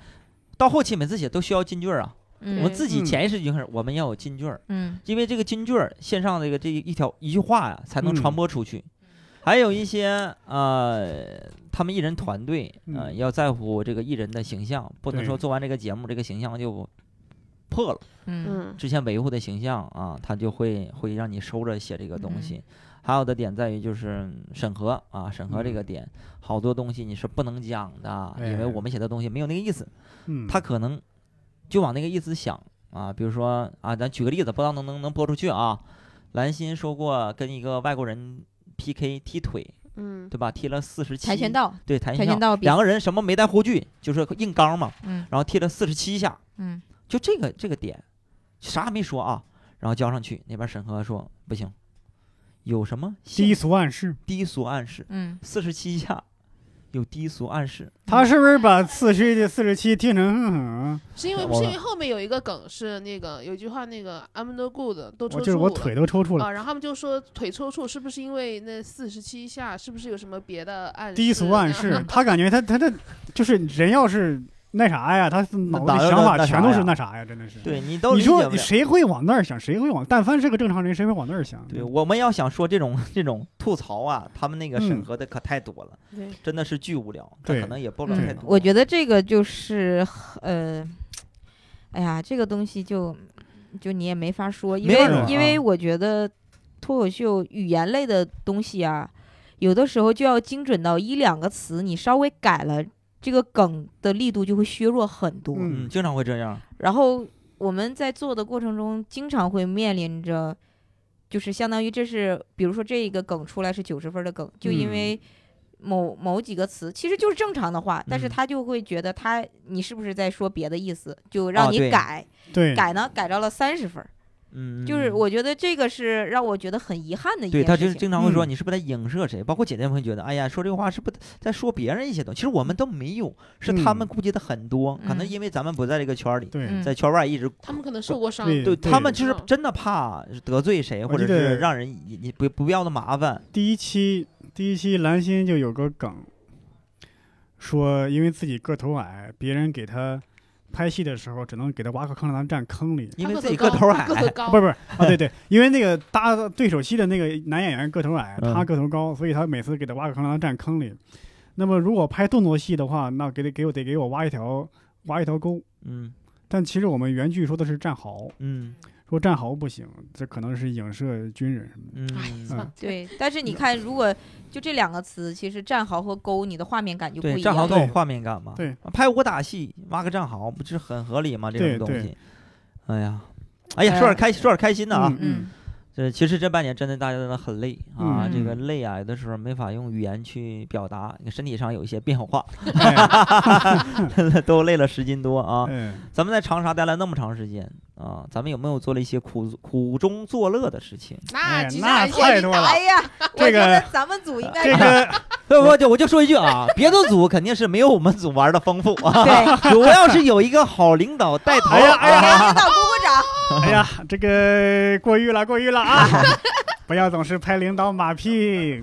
到后期每次写都需要金句儿啊，我
嗯
们自己
嗯
潜意识就开始我们要有金句儿，
嗯
因为这个金句儿线上这个这一条一句话呀、才能传
嗯
播出去。还有一些呃，他们艺人团队呃
嗯
要在乎这个艺人的形象，不能
对
说做完这个节目这个形象就破了。
嗯
嗯，
之前维护的形象啊，他就会会让你收着写这个东
嗯
西。还有的点在于就是审核啊，审核这个点，好多东西你是不能讲的，因为
嗯哎
我们写的东西没有那个意思，
嗯
他可能就往那个意思想啊。比如说啊，咱举个例子，不知道能能能播出去啊。兰心说过跟一个外国人 PK 踢腿，
嗯，
对吧？踢了四十七，
跆拳道，
对跆
跆拳道比
两个人什么没带护具，就是硬刚嘛，
嗯
然后踢了四十七下，
嗯
就这个这个点，啥也没说啊，然后交上去，那边审核说不行，有什么性
低俗暗示，
低俗暗示？
嗯，
四十七下有低俗暗示，
他是不是把四十的四十七听成嗯，
是因为
我
是因为后面有一个梗是那个有一句话那个 I'm no good 都
我
抽
就是
搐
我
了
腿都抽搐了，
啊，然后他们就说腿抽搐是不是因为那四十七下是不是有什么别的暗示？
低俗暗 示，他感觉他他的就是人要是那啥呀，他脑子
哪
里
有
想
那
法
那啥
全都
呀
是那啥呀，真的是。
对你都
你
理解
说
不了。
谁会往那儿想？谁会往？但凡是个正常人，谁会往那儿想？
对，我们要想说这种这种吐槽啊，他们那个审
嗯
核的可太多了，
对，
真的是巨无聊，他
对
可能也不能太
嗯
多。
我觉得这个就是呃，哎呀，这个东西就就你也没法说，因
没啊
为
法
说
因为我觉得脱口秀语言类的东西啊，有的时候就要精准到一两个词，你稍微改了，这个梗的力度就会削弱很多。
嗯，经常会这样。
然后我们在做的过程中，经常会面临着，就是相当于这是，比如说这一个梗出来是九十分的梗，就因
嗯
为某某几个词其实就是正常的话，但是
嗯
他就会觉得他你是不是在说别的意思，就
哦
让你
对
改、
对，
改呢，改到了三十分儿，
嗯，
就是
嗯。
我觉得这个是让我觉得很遗憾的一
对他
件
就
事
是
情。
经常会说
嗯
你是不是在影射谁，包括姐姐们会觉得，哎呀，说这个话是不是在说别人一些东西？其实我们都没有，是他们
嗯
顾忌的很多，可能
嗯
因为咱们不在这个圈儿里，
对
嗯
在圈外一直。
他们可能受过伤，
哦对
对他们就是
嗯
真的怕得罪谁，或者
记得
是让人你你不不必要的麻烦。
第一期第一期蓝心就有个梗，说因为自己个头矮，别人给他拍戏的时候只能给他挖个坑让他站坑里。
因为
他
自己
个
个头矮
他，个头
哦
高，
不是不是啊， 对对，因为那个搭对手戏的那个男演员个头矮，
嗯
他个头高，所以他每次给他挖个坑让他站坑里。那么如果拍动作戏的话，那给得给我得给我挖一条挖一条沟。
嗯
但其实我们原剧说的是战壕，
嗯
说战壕不行，这可能是影射军人什么的。
嗯，
哎
嗯
对，但是你看，如果就这两个词，其实战壕和沟，你的画面感就不
对，
一
战壕
样。
更有
对
画面感嘛。
对，
拍武打戏挖个战壕，不是很合理吗？这种
对
东
对
西。哎呀，哎呀，
哎
说点
呀
开说点开心的啊。
嗯
这其实这半年真的大家都很累啊，
嗯
这个
嗯
累啊，有的时候没法用语言去表达，身体上有一些变化，
哎
都累了十斤多
嗯
啊。
哎
咱们在长沙待了那么长时间啊，咱们有没有做了一些苦苦中作乐的事情？
那
哎
啊其实
那
还是
太
一
多
大
了
哎呀，
这
我
个
觉得咱们组应该
这个
不不， 就我就说一句啊，别的组肯定是没有我们组玩的丰富啊。
对。
我要是有一个好领导带头，啊
哎呀哎呀
给领导鼓鼓掌。
哎呀，这个过誉了，过誉了啊！不要总是拍
哎
领导马屁，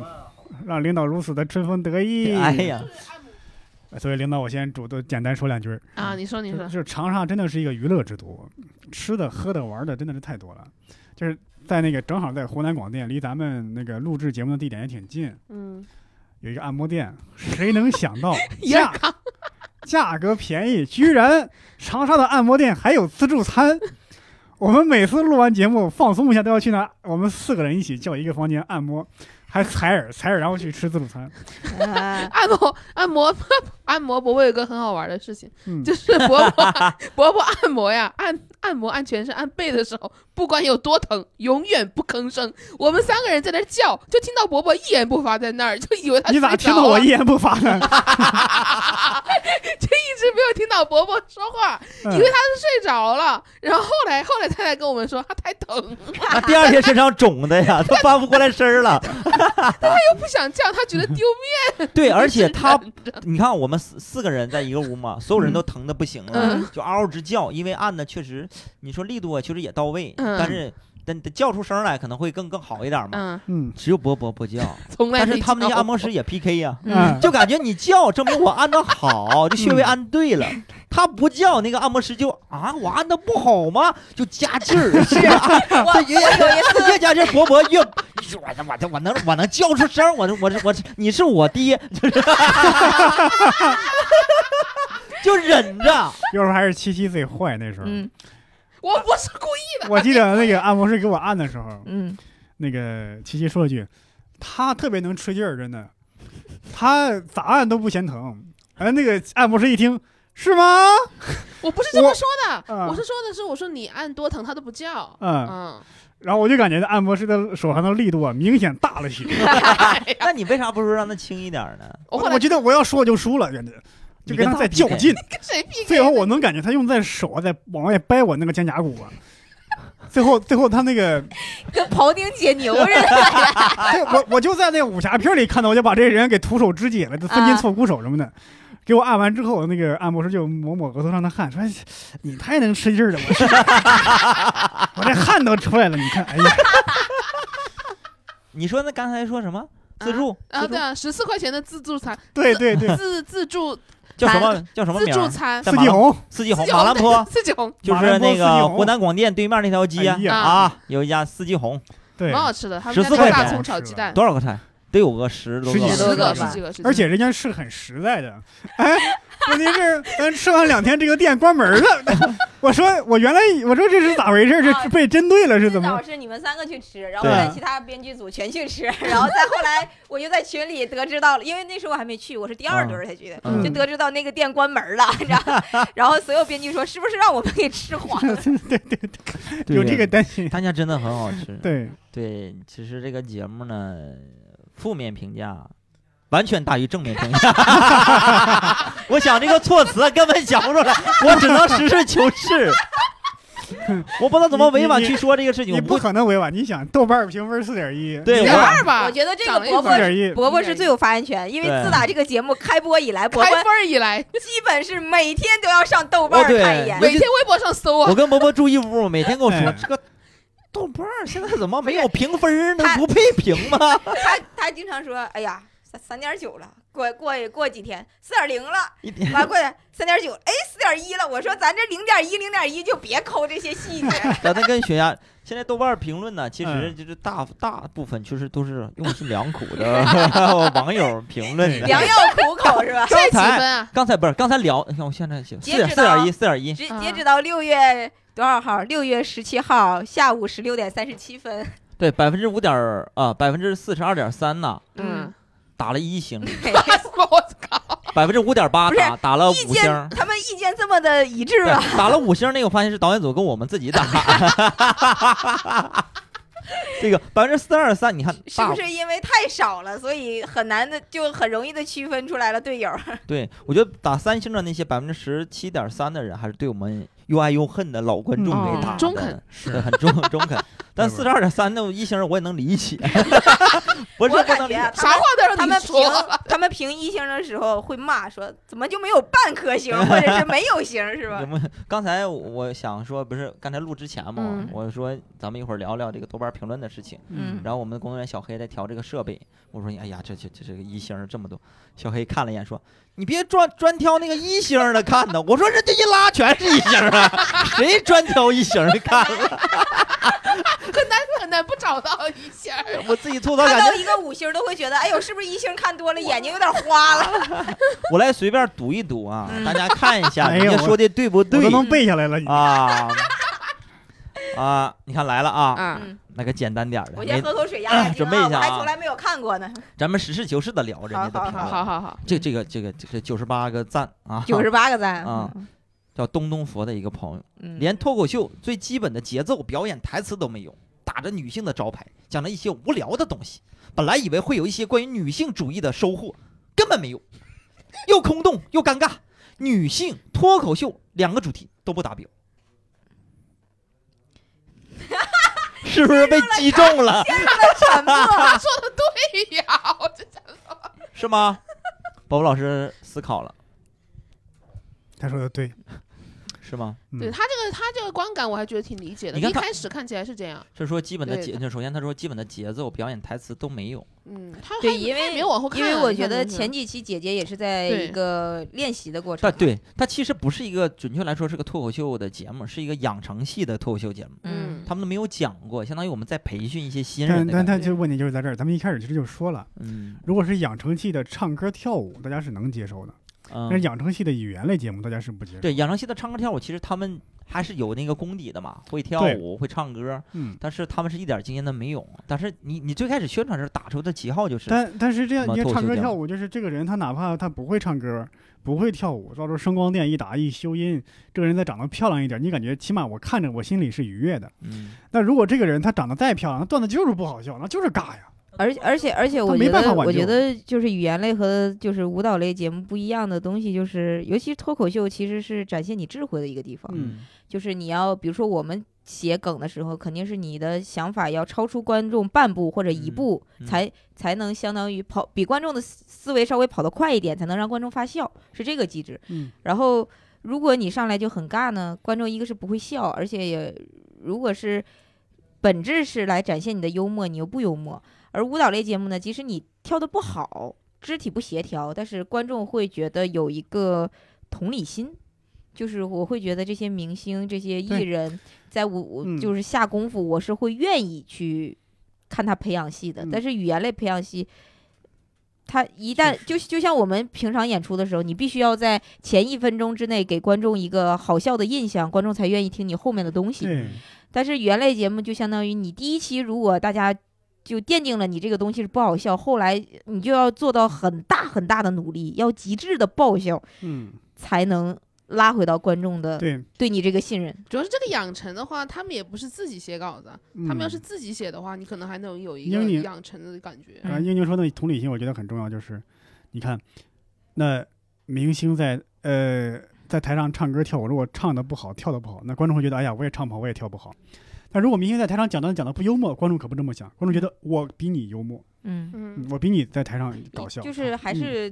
让领导如此的春风得意。
哎，呀，
所以领导，我先主动简单说两句儿
啊，你说你
就
说，
就是长沙真的是一个娱乐之都，吃的、喝的、玩的真的是太多了。就是在那个正好在湖南广电，离咱们那个录制节目的地点也挺近，
嗯，
有一个按摩店，谁能想 到
也
价 价格便宜，居然长沙的按摩店还有自助餐。我们每次录完节目放松一下都要去那，我们四个人一起叫一个房间按摩，还采耳采耳，然后去吃自助餐。
啊
按摩按摩 按摩伯伯有一个很好玩的事情，
嗯，
就是伯 伯伯伯按摩呀，按按摩按全身按背的时候，不管有多疼，永远不吭声。我们三个人在那儿叫，就听到伯伯一言不发在那儿，就以为他
你咋
睡
听
着
到我
了
一言不发 呢？
一直没有听到伯伯说话，
嗯
以为他是睡着了。然后后来后来他才跟我们说他太疼，
啊，第二天身上肿的呀，他搬不过来身儿 了。
他不想叫，他觉得丢面
对，而且
子嗯
他，
人
你看我们四四个人在一个屋嘛，所有人都疼的不行了
嗯，
就嗷嗷直叫，因为按的确实，你说力度啊，确实也到位，
嗯
但是但得叫出声来可能会更更好一点嘛。
嗯，
嗯
只有波波不叫，
从来
但
没
是他们那些
叫
按摩师也 PK 呀、
嗯，
就感觉你叫证明我按的好，这穴位按对了。他不叫，那个按摩师就啊，我按的不好吗？就加劲儿，是啊，
我
他越越加劲儿，伯伯越，我能我能我能我能叫出声儿，我能我我你是我爹，就是， 就忍着。
要是还是七七最坏那时候。
嗯
我不是故意
我记得那个按摩师给我按的时候，
嗯，
那个琪琪说了句：“他特别能吹劲儿，真的，他咋按都不嫌疼。”哎，那个按摩师一听，是吗？
我不是这么
我
说的，
啊
嗯
我是说的是我说你按多疼他都不叫，
嗯，
嗯，
然后我就感觉那按摩师的手上的力度啊，明显大了些。
那你为啥不说让他轻一点儿呢？
我后
我
来
觉得我要输就输了，感觉就跟他在较劲。
跟谁 PK？
最后我能感觉他用在手啊，在往外掰我那个肩胛骨啊。最后，最后他那个，
跟庖丁解 牛似的。
哎 我我就在那个武侠片里看到，我就把这人给徒手肢解了，就分
啊
筋错骨手什么的。给我按完之后，那个按摩师就抹抹额头上的汗，说哎：“你太能吃劲儿了，我说我这汗都出来了。你看，哎呀，
你说那刚才说什么自助？
啊，
自助
对啊，十四块钱的自 助餐，
对对 对，
自自助
叫什么叫什么
自
名
助
儿？啊
餐，
在
四
马
季
路
红，
四季红
四季
马兰坡，
四季红，
就是那个
马兰坡四季红
湖南广电对面那条街
哎呀
啊，有一家四季红，
对
蛮，好吃的，他们
14
家那
块
个大
钱
葱炒鸡蛋，
多少个菜？得有个十多
十几
个
十
吧，
多
哎
个
十个
吧
十几个，十几个
而且人家是很实在的。哎，问题是咱吃完两天，这个店关门了。 我说我原来我说这是咋回事？这是被针对了是
最
怎
早
么？
是你们三个去吃，然后
对
啊
后来其他编剧组全去吃，然后再后来我就在群里得知到了，因为那时候我还没去，我是第二轮才去的，
嗯
就得知到那个店关门了，然后然后所有编剧说是不是让我们给吃黄了？
对
有这个
呀，
担心？
他家真的很好吃。
对，
对，其实这个节目呢，负面评价完全大于正面评价。 我想这个措辞根本想不出来，我只能实事求 是。我不知道怎么委婉去说这个事情，
你
我
不
不
可能委婉。你想，豆瓣评分四点一，
对
一
我
半吧，
我觉得这个
长了一
伯伯
半
四
儿
点一，
伯伯是最有发言权，因为
对
自打这个节目开播以来，伯
开
伯
分儿以来，
基本是每天都要上豆瓣
哦
儿
对
看一眼
我。
每天微博上搜啊
我，跟伯伯住一屋，每天跟我说
哎
这个豆瓣儿现在怎么没有评分儿呢？
他
不配评吗？
他他经常说：“哎呀，三三点九了，过过过几天四点零了，
一点
完过来三点九，哎，四点一了。”我说：“咱这零点一、零点一就别抠这些细节。
咱再跟学家，现在豆瓣儿评论呢，其实就是大大部分其实都是用的是良苦的网友评论”的。
良药苦口是吧？
刚
现在几
才
分啊？
刚才不是刚才聊，你看我现在写四
截
点
止
四点
到
一四点一，
直
啊
截止到六月多少号？六月十七号下午十六点三十七 分。
对百分之五点啊百分之四十二点三呐，
嗯，
打了一星，
我靠，
百分之五点八
不是
打打了五
意
星
见
儿，
他们意见这么的一致啊！
对打了五星儿那个我发现是导演组跟我们自己打。 这个百分之四点二三，你看
是
大
不是因为太少了，所以很难的就很容易的区分出来了队友？
对，我觉得打三星的那些百分之十七点三的人，还是对我们又爱又恨的老观众
嗯
给打的，
中肯
对，很中中肯。但四十二点三的一星我也能理 解，不是
我
不
感
能理
觉啊
解。
啥
他
话
们
都让
他们
你
评
说，
他们评一星的时候会骂说怎么就没有半颗星或者是没有星是吧
我？们刚才我想说，不是刚才录之前嘛，
嗯
我说咱们一会儿聊聊这个豆瓣评论的事情。
嗯
然后我们的工作人员小黑在调这个设备，我说：“哎呀，这这这这个一星儿这么多。”小黑看了一眼说：“你别专专挑那个一星儿的看呢。”我说：“人家一拉全是一星儿啊，谁专挑一星儿的看啊了？
很难很难不找到一下儿。
我自己吐槽
看
感
到
觉，
一个五星都会觉得，哎呦，是不是一星看多了眼睛有点花了？
我来随便读一读啊，
嗯
大家看一下
哎
人
呦
家说的对不
我
对
都能背下来了。你
啊？啊，你看来了啊，
啊，
嗯，
那个简单点儿的，
我先
没
喝口水压压惊
准备一
啊，我
下
还
啊
从来没有看过 呢。
咱们实事求是的聊人家的
好
评
好
论。
好好好，
这这个这个这个九十八个赞啊，
九十八个赞
啊， 叫东东佛的一个朋友。
嗯
连脱口秀最基本的节奏、表演、台词都没有，打着女性的招牌，讲了一些无聊的东西。本来以为会有一些关于女性主义的收获，根本没有，又空洞又尴尬。女性脱口秀两个主题都不达标，是不是被击中了？
沉默。
他说的
哎
对呀，我这
是吗？宝宝老师思考了，
他说的对，
是吗？
嗯
对他这个他这个观感我还觉得挺理解的，
你看
一
他
开始看起来是这样，
是说基本的
对
节，首先他说基本的节奏、表演、台词都没有，
嗯，他
对
还
因为
他也没有往后看，
因为我
你
觉
看
得
就是
前几期姐姐也是在
对
一个练习的过程
但，啊对它其实不是一个准确来说是个脱口秀的节目，是一个养成系的脱口秀节目。
嗯，
他们都没有讲过，相当于我们在培训一些新人
但
的
但
感觉。
他就问题就是在这儿，咱们一开始其实就说了，
嗯
如果是养成系的唱歌跳舞，大家是能接受的；但是
嗯，
养成系的语言类节目，大家是不接受。
对，养成系的唱歌跳舞，其实他们还是有那个功底的嘛，会跳
对
舞，会唱歌，
嗯，
但是他们是一点经验都没有。啊但是你你最开始宣传时候打出的旗号就是，
但但是这样，
什么
你看
脱口秀
唱歌
节目
跳舞，就是这个人他哪怕他不会唱歌，不会跳舞，到时候声光电一打一修音，这个人再长得漂亮一点，你感觉起码我看着我心里是愉悦的。
嗯，
那如果这个人他长得再漂亮，那段子就是不好笑，那就是尬呀。
而且而且而且，
他
我
没
觉
办法
得
挽
我觉
救
得就是语言类和就是舞蹈类节目不一样的东西，就是尤其是脱口秀，其实是展现你智慧的一个地方。
嗯
就是你要比如说我们写梗的时候，肯定是你的想法要超出观众半步或者一
嗯
步，
嗯
才才能相当于跑比观众的思思维稍微跑得快一点，才能让观众发笑，是这个机制。
嗯，
然后如果你上来就很尬呢，观众一个是不会笑，而且也如果是本质是来展现你的幽默，你又不幽默。而舞蹈类节目呢，即使你跳的不好，肢体不协调，但是观众会觉得有一个同理心。就是我会觉得这些明星、这些艺
对
人在舞，
嗯
就是下功夫，我是会愿意去看他培养戏的。
嗯
但是语言类培养戏，他一旦就就像我们平常演出的时候，你必须要在前一分钟之内给观众一个好笑的印象，观众才愿意听你后面的东西。
对，
但是原类节目就相当于你第一期如果大家就奠定了你这个东西是不好笑，后来你就要做到很大很大的努力，要极致的爆笑，
嗯，
才能拉回到观众的
对，
对你这个信任。
主要是这个养成的话，他们也不是自己写稿子，他们要
嗯
是自己写的话，你可能还能有一
因
个
为你
养成的感觉。
嗯
然后英宁说的同理心，我觉得很重要。就是你看，那明星在呃在台上唱歌跳舞，如果唱的不好，跳的不好，那观众会觉得哎呀，我也唱不好，我也跳不好。那如果明星在台上讲段讲的不幽默，观众可不这么想，观众觉得我比你幽默，
嗯，
嗯，
我比你在台上搞笑，啊嗯
就是还是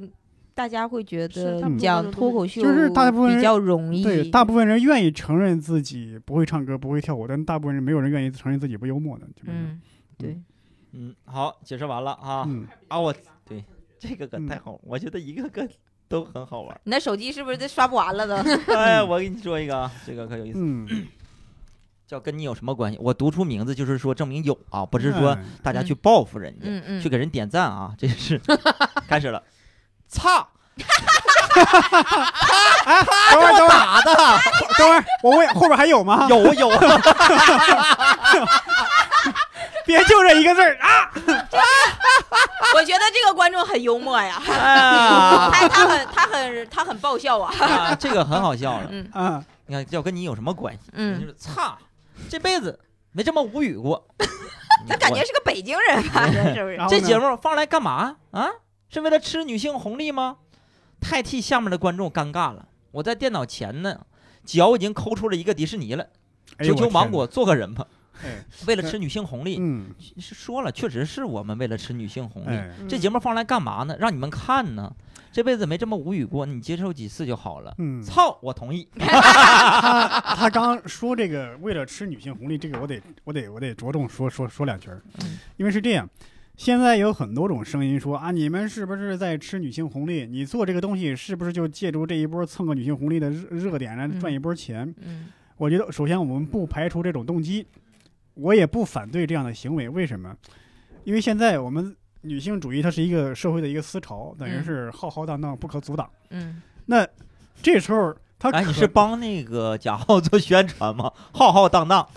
大家会觉
是
得
他们
讲脱口秀
就是大部分人
比较容易，
对大部分人愿意承认自己不会唱歌、不会跳舞，但大部分人没有人愿意承认自己不幽默的，基本上
嗯，对。
嗯，好，解释完了啊、
嗯，
啊，我对这个梗
嗯
太好，我觉得一个个都很好 玩。
你那手机是不是都刷不完了都？
哎，我给你说一个啊，这个可有意思，
嗯，
叫跟你有什么关系？我读出名字就是说证明有啊，不
不
是说大家去报复人家。
嗯嗯
去，给人点赞啊！这是开始了，操，
哎等会儿等会儿
打的
等会儿，我问后边还有吗？
有啊有 啊，
别就这一个字儿啊！
我觉得这个观众很幽默呀，
啊
他他很他很他很爆笑啊。
啊，这个很好笑了。
嗯
嗯，
你看，要跟你有什么关系？就
嗯，
是操，这辈子没这么无语过。
他感觉是个北京人吧？这是不是
然？后
这
呢
节目放来干嘛啊？是为了吃女性红利吗？太替下面的观众尴尬了。我在电脑前呢，脚已经抠出了一个迪士尼了。
哎呦
求
我
求
天
芒
哪
果做个人吧，
哎，
为了吃女性红利，
嗯，
是说了，确实是我们为了吃女性红利。
哎，
嗯
这节目放来干嘛呢？让你们看呢。这辈子没这么无语过，你接受几次就好了。
嗯，
操，我同意。
他刚说这个为了吃女性红利，这个我得我得我得着重说说说两句儿
嗯，
因为是这样，现在有很多种声音说啊，你们是不是在吃女性红利？你做这个东西是不是就借助这一波蹭个女性红利的热热点来
嗯
赚一波钱？
嗯
我觉得，首先我们不排除这种动机，我也不反对这样的行为。为什么？因为现在我们女性主义它是一个社会的一个思潮，等于
嗯
是浩浩荡荡、不可阻挡。
嗯，
那这时候它可
哎，你是帮那个贾浩做宣传吗？浩浩荡荡，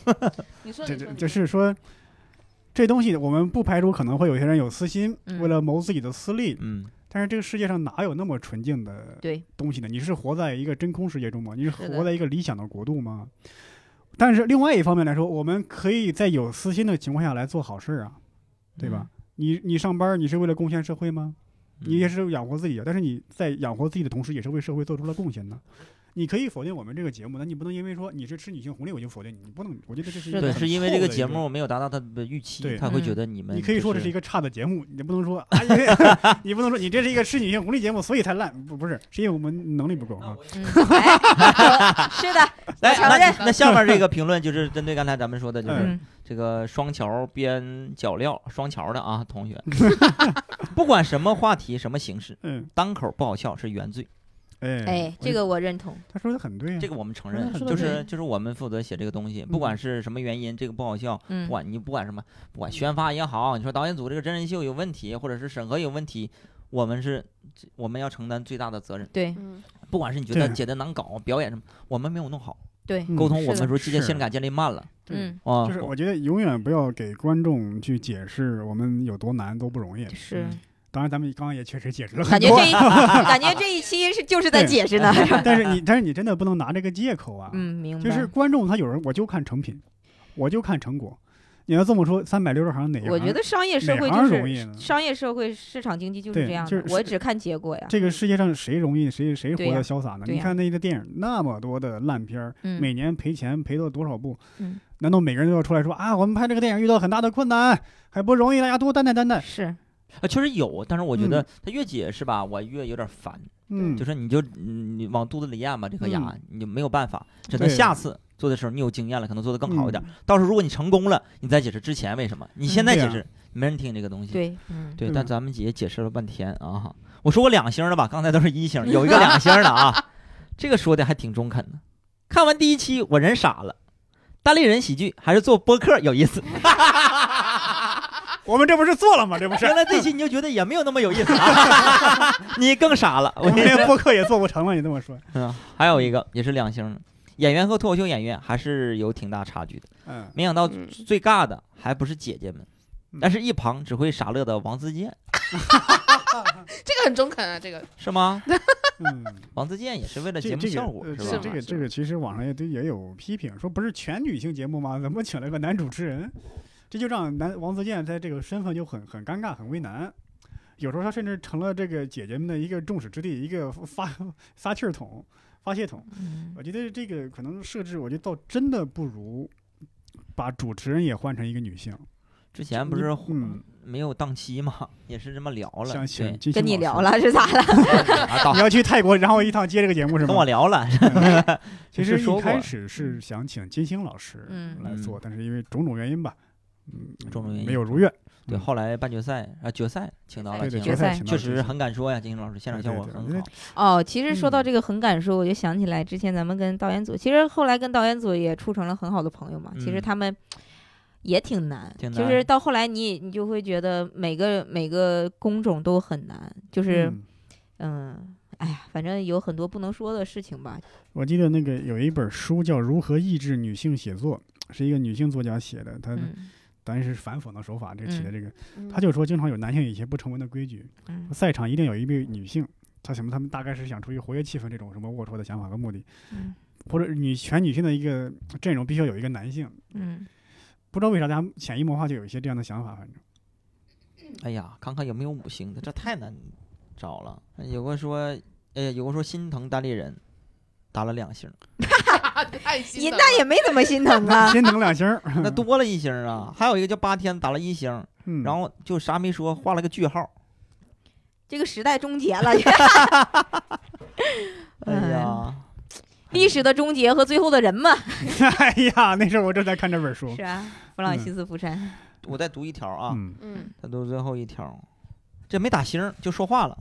你说
这
你
这就
说，你说
是说，这东西我们不排除可能会有些人有私心，
嗯
为了谋自己的私利。
嗯，
但是这个世界上哪有那么纯净的
对，
东西呢？你是活在一个真空世界中吗？你是
是的
活在一个理想的国度吗？但是另外一方面来说，我们可以在有私心的情况下来做好事儿啊，对吧？你你上班，你是为了贡献社会
嗯
吗？你也是养活自己啊，但是你在养活自己的同时，也是为社会做出了贡献呢。你可以否定我们这个节目，但你不能因为说你是吃女性红利，我就否定你，你不能。我觉得这是一
是
个
的
对，
很
是因为
错
这个
的一
节目没有达到他的预期，
对
他会
嗯
觉得你们
你可以说这是一
个
个差的节目，你不能说，哎、呀 你不能说你这是一个吃女性红利节目，所以才烂，不不是，是因为我们能力不够啊。
嗯哎是的，
来，
承认
那那下面这个评论就是针对刚才咱们说的，就是
嗯
这个双桥边角料双桥的啊同 学， 不管什么话题什么形式，
嗯，
单口不好笑是原罪，
哎，
哎，
我
这
就
个我认同，
他说的很对啊，
这个我们承认，
嗯说得
就是
对
就是我们负责写这个东
嗯
西，不管是什么原因，这个不好笑，
嗯
不管你不管什么，不管宣发也好，你说导演组这个真人秀有问题，或者是审核有问题，我们是我们要承担最大的责任，
对
嗯，
不管是你觉得
对
剪得难搞，表演什么，我们没有弄好，
对，
嗯
沟通我们
是的
说之间
是
信任感建立慢了
嗯
啊
就是，我觉得永远不要给观众去解释我们有多难多不容易。
是，
当然，咱们刚刚也确实解释了很
嗯感觉
多
这，一感觉这一期是就是在
对
解释呢，
但是你但是你真的不能拿这个借口啊。
嗯，明白，
就是观众他有人我就看成品，我就看成果。你要这么说，三百六十行哪行
我觉得商业社会
哪
就
行容
是
易呢？
商业社会市场经济就是
对
这样
就
的，
是
我只看结果呀，
这个世界上谁容易谁谁活
对呀
得潇洒呢？
对
你
呀
看那个电影那么多的烂片儿，
嗯
每年赔钱赔到多少部？
嗯
难道每个人都要出来说啊，我们拍这个电影遇到很大的困难，很不容易，大家多担待担待？
是，
啊，确实有，但是我觉得他越解释吧，我越有点烦。
嗯，
就是你就嗯你往肚子里咽吧，这颗牙
嗯
你就没有办法，只能
对嗯
下次做的时候你有经验了，可能做得更好一点。到时候如果你成功了，你再解释之前为什么，你现
嗯
在
对
解
啊
释没人听这个东西。
对，嗯，
对
嗯
但咱们也解释了半天啊。我说过两星的吧，刚才都是一星，有一个两星的啊，这个说的还挺中肯的。看完第一期，我人傻了。大力人喜剧还是做播客有意思。
我们这不是做了吗？这不 是
原来这期你就觉得也没有那么有意思、 啊，你更傻了。我
我们连播客也做不成了，你这么说，
嗯，还有一个也是两星的，演员和脱口秀演员还是有挺大差距的。
嗯，
没想到
嗯
最尬的还不是姐姐们
嗯，
但是一旁只会傻乐的王自健
这个很中肯啊，这个
是吗？
嗯，
王自健也是为了
这
节目
这个
效果
呃
是
这
吧
这？个这个其实网上也对也有批评，说不是全女性节目吗？怎么请了个男主持人？这就让男王自健在这个身份就很很尴尬，很为难。有时候他甚至成了这个姐姐们的一个众矢之的，一个发撒气儿筒、发泄筒。
嗯
我觉得这个可能设置，我觉得倒真的不如把主持人也换成一个女性。
之前不是
嗯，
没有档期嘛，也是这么聊了，
想请
对，
金星
跟你
老师
聊，了是咋了？
啊，档
你要去泰国，然后一趟接这个节目是吗嗯
跟我？聊了，
其
是
实
说
一
过嗯
开始是想请金星老师
嗯
来做，但是因为种种原因吧，嗯，
种种原因
没有如愿。
对，后来半决赛啊决赛请到了
对对，
金
决
星
决
老师，
赛
赛
请到
确
了金
实
星
很敢说呀，金星老师现场效果
对对
很好，
哦，其实说到
嗯
这个很敢说，我就想起来之前咱们跟导演组，其实后来跟导演组也处成了很好的朋友嘛。其实
嗯
他们也挺难，
挺
就
难
是到后来你你就会觉得每个每个工种都很难，就是
嗯
嗯，哎呀，反正有很多不能说的事情吧。
我记得那个有一本书叫《如何抑制女性写作》，是一个女性作家写的，她
嗯
当然是反讽的手法，这个起的这个，
嗯
她就说经常有男性一些不成文的规矩，
嗯
赛场一定有一位女性，她什么，他们大概是想出于活跃气氛这种什么龌龊的想法和目的，
嗯
或者女全女性的一个阵容必须要有一个男性，
嗯，
不知道为啥大家潜移默化就有一些这样的想法，反正。
哎呀，看看有没有五星的，这太难找了。有个说，哎，有个说心疼单立人，打了两星。
太心
银
疼
蛋也没怎么心疼 啊。
心疼两星儿。
那多了一星儿啊，还有一个叫八天打了一星儿，
嗯
然后就啥没说，画了个句号。
这个时代终结 了，嗯
哎呀，
历史的终结和最后的人嘛，
哎呀，那时候我正在看这本书
是。啊，弗
嗯
朗西斯·福山。
我再读一条啊，
嗯，
嗯，
再读最后一条，这没打星儿就说话了，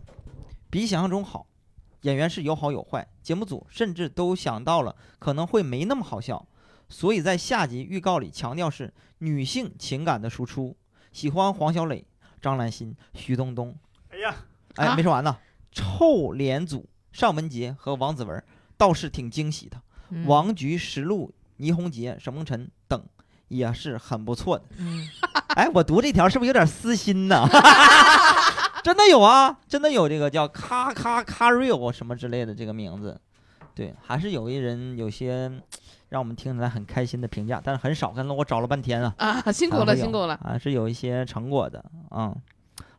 比想象中好。演员是有好有坏，节目组甚至都想到了可能会没那么好笑，所以在下集预告里强调是女性情感的输出。喜欢黄小磊、张兰心、徐冬冬，
哎呀，
哎，
啊
没说完呢。臭脸组尚雯婕和王子文倒是挺惊喜的，
嗯，
王菊、石璐、倪虹洁、沈梦辰等也是很不错的。
嗯
哎，我读这条是不是有点私心呢？ 真的有啊，真的有这个叫咔咔咔 real 什么之类的这个名字，对，还是有一人有些让我们听起来很开心的评价，但是很少，刚才我找了半天啊，
啊，辛苦
还
了，
会有
辛苦了。
啊，是有一些成果的，嗯，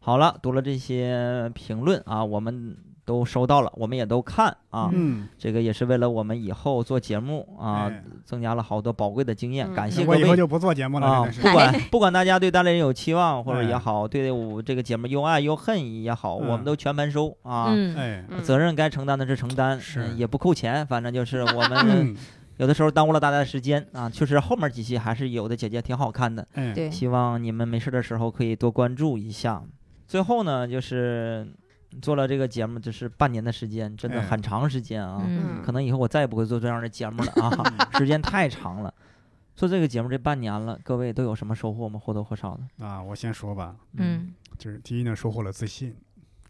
好了，读了这些评论啊，我们都收到了，我们也都看啊，
嗯，
这个也是为了我们以后做节目啊，
哎
增加了好多宝贵的经验，
嗯
感谢
那
各
我以后
位。
就不做节目了，
啊，
真的
不
是。
管不管大家对大连人有期望或者也
哎
好，对我这个节目又爱又恨也好，我们
嗯
都全盘收啊。
嗯，
哎，
嗯
责任该承担的是承担，
是
嗯也不扣钱，反正就是我们
嗯，
有的时候耽误了大家的时间啊。确实后面几期还是有的姐姐挺好看的，
哎，
对，
希望你们没事的时候可以多关注一下。最后呢，就是做了这个节目，就是半年的时间，真的
哎
很长时间啊。
嗯
可能以后我再也不会做这样的节目了啊，时间太长了。做这个节目这半年了，各位都有什么收获吗？或多或少的，
啊，我先说吧，
嗯
就是第一呢，收获了自信，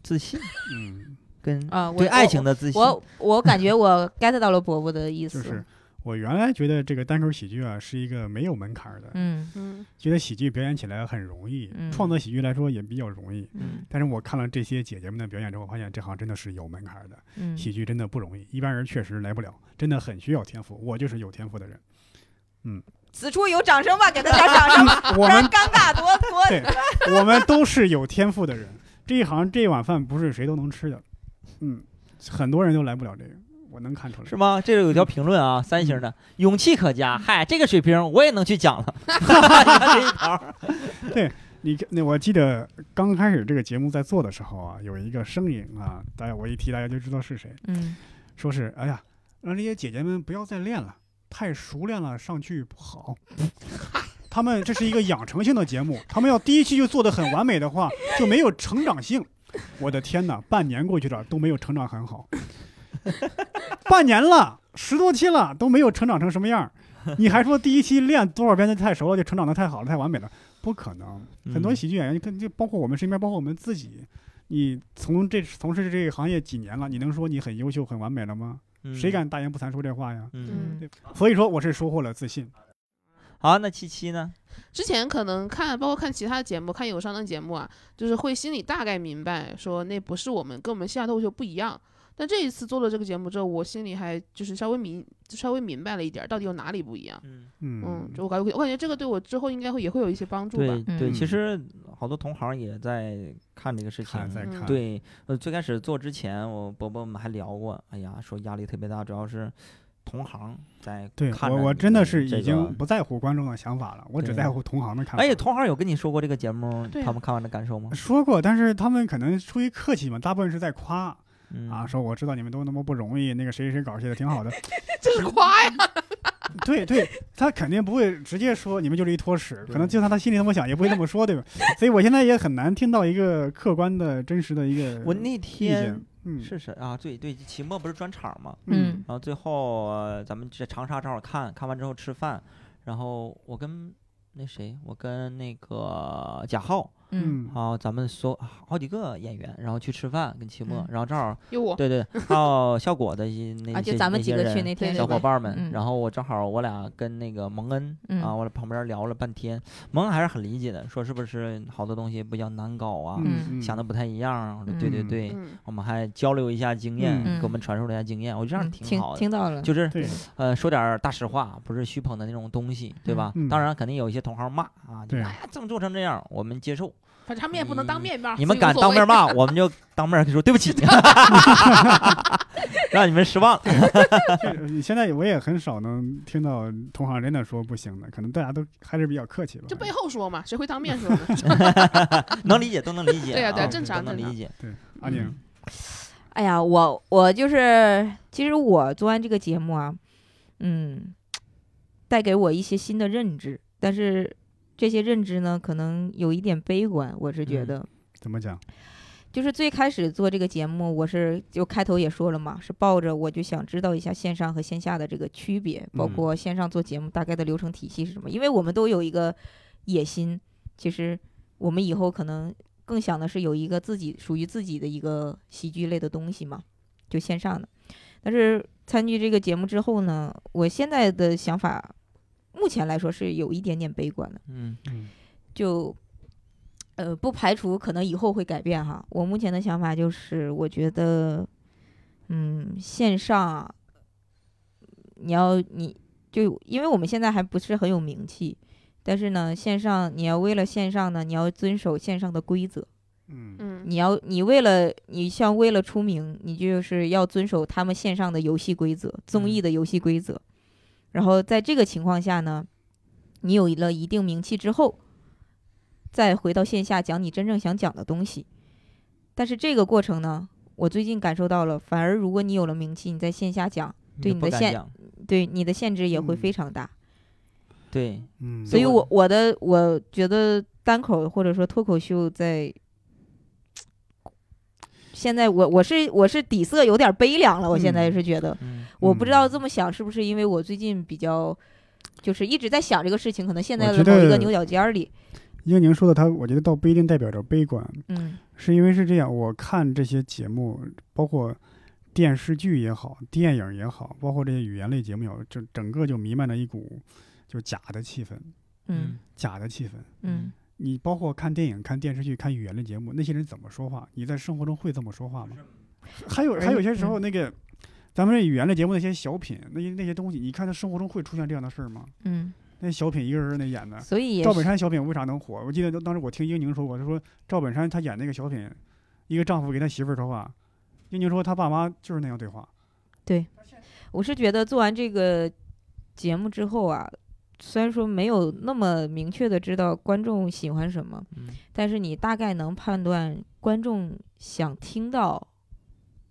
自信
嗯，
跟
啊，我
对爱情
我
的自信，
我我感觉我 get 到了伯伯的意思。
就是我原来觉得这个单口喜剧啊是一个没有门槛儿的，
嗯
嗯
觉得喜剧表演起来很容易，
嗯
创作喜剧来说也比较容易。
嗯
但是我看了这些姐姐们的表演之后，发现这行真的是有门槛儿的，
嗯，
喜剧真的不容易，一般人确实来不了，真的很需要天赋。我就是有天赋的 人，
此处有掌声吧，给大家掌 声吧，
我
不然
们
尴尬多多。
对 我们都是有天赋的人，这一行这碗饭不是谁都能吃的，嗯，很多人都来不了这个，我能看出来
是。吗？这有一条评论啊，
嗯
三星的勇气可嘉，嗨，这个水平我也能去讲 了， 这一条，
你看，那我记得刚开始这个节目在做的时候啊，有一个声音啊，大家我一提大家就知道是谁，
嗯
说是哎呀，让这些姐姐们不要再练了，太熟练了上去不好。他们这是一个养成性的节目，他们要第一期就做得很完美的话，就没有成长性。我的天哪，半年过去了都没有成长很好，半年了十多期了都没有成长成什么样儿，你还说第一期练多少遍就太熟了，就成长得太好了太完美了，不可能。很多
嗯
喜剧演员，跟就包括我们身边，包括我们自己，你从这从事这个行业几年了，你能说你很优秀、很完美了吗？谁？敢大言不惭说这话呀？
嗯，
嗯
对所以说，我是收获了自信。
好，那七七呢？
之前可能看，包括看其他的节目，看友商的节目啊，就是会心里大概明白说那不是我们，跟我们线下脱口秀不一样。但这一次做了这个节目之后，我心里还就是稍微明，就稍微明白了一点儿，到底有哪里不一样。
嗯，
嗯
嗯，就我感觉，我感觉这个对我之后应该会也会有一些帮助吧
对。对，
嗯
其实好多同行也在看这个事情
看，再
嗯
看，，
对，呃，最开始做之前，我伯伯们还聊过，哎呀，说压力特别大，主要是同行在
对
看
我
着
我
你
真
的
的是
这
已
个
经不在乎观众的想法了，我只
对
在乎同行的看法。
哎，同行有跟你说过这个节目，
对
他
啊
们看完的感受吗？
说过，但是他们可能出于客气嘛，大部分是在夸
嗯
啊，说我知道你们都那么不容易，那个谁谁谁搞笑的挺好的。
这是夸呀，
对对，他肯定不会直接说你们就是一坨屎，可能就算他心里这么想，也不会这么说，对吧？所以我现在也很难听到一个客观的、真实的一个
我那
意
天
见。嗯
是谁啊？对对，期末不是专场嘛，
嗯
然后最后、呃咱们在长沙正好看看完之后吃饭，然后我跟那谁，我跟那个贾浩，
嗯
嗯
还有咱们所好几个演员，然后去吃饭跟期末
嗯，
然后正好
有我，
对对，还有效果的一嗯那
啊，
些
就咱们
那
几
些
个去
人
那天
对
小
对
伙
对
伴们，
嗯
然后我正好我俩跟那个蒙恩、啊，
嗯
我俩旁边聊了半天，蒙恩还是很理解的，说是不是好多东西比较难搞啊，
嗯，
想的不太一样啊？我说对对
嗯
对，
嗯，
我们还交流一下经验，
嗯
给我们传授了一下经验，我觉得这样
嗯
挺好的。
听到了，
就是
对，
呃，说点儿大实话，不是虚捧的那种东西，对吧？
嗯嗯
当然，肯定有一些同行骂啊，就
对
哎呀，这么做成这样，我们接受。
反正嗯他们也不能当面骂，
你们
所以无
敢
所
当
谓
面骂，我们就当面说对不起。让你们失望了。
确实，现在我也很少能听到同行真的说不行的，可能大家都还是比较客气吧。
这背后说嘛，谁会当面说呢？
能理解都能理解，
对呀
啊，
对呀
都
正常
能
正
理
常
解。
阿宁、
嗯
哎呀，我我就是，其实我做完这个节目啊，嗯，带给我一些新的认知，但是这些认知呢，可能有一点悲观，我是觉
嗯
得。
怎么讲？
就是最开始做这个节目，我是就开头也说了嘛，是抱着我就想知道一下线上和线下的这个区别，包
嗯
括线上做节目大概的流程体系是什么。因为我们都有一个野心，其实我们以后可能更想的是有一个自己属于自己的一个喜剧类的东西嘛，就线上的。但是参与这个节目之后呢，我现在的想法，目前来说是有一点点悲观的。
嗯
嗯，
就呃不排除可能以后会改变哈。我目前的想法就是，我觉得嗯线上啊，你要你就因为我们现在还不是很有名气，但是呢线上你要为了线上呢，你要遵守线上的规则。
嗯，
嗯，
你要你为了你像为了出名，你就是要遵守他们线上的游戏规则、综艺的游戏规则。然后在这个情况下呢，你有了一定名气之后，再回到线下讲你真正想讲的东西。但是这个过程呢，我最近感受到了，反而如果你有了名气，你在线下讲，对
就
你
不
的
敢
限
讲
对你的限制也会
嗯
非常大。
对，
嗯，
所以
对
我我的我觉得单口或者说脱口秀在现在我我是我是底色有点悲凉了，我现在
嗯
是觉得，
嗯，
我不知道
嗯
这么想是不是因为我最近比较就是一直在想这个事情，可能陷
我觉
在了某一
得
个牛角尖儿里，
英宁说的他，我觉得倒不一定代表着悲观，
嗯
是因为是这样，我看这些节目，包括电视剧也好，电影也好，包括这些语言类节目也好，就整个就弥漫着一股就假的气氛，
嗯
假的气氛。
嗯
你包括看电影、看电视剧、看语言类节目，那些人怎么说话？你在生活中会这么说话吗？还有还有些时候，那个咱们这语言类节目那些小品，那些那些东西，你看他生活中会出现这样的事儿吗？
嗯，
那小品一个人儿那演的，
所以也
啊赵本
是
山小品为啥能火？我记得当时我听英宁说过，他说赵本山他演那个小品，一个丈夫给他媳妇儿说话，英宁说他爸妈就是那样对话。
我是觉得做完这个节目之后啊，虽然说没有那么明确的知道观众喜欢什么。
嗯
但是你大概能判断观众想听到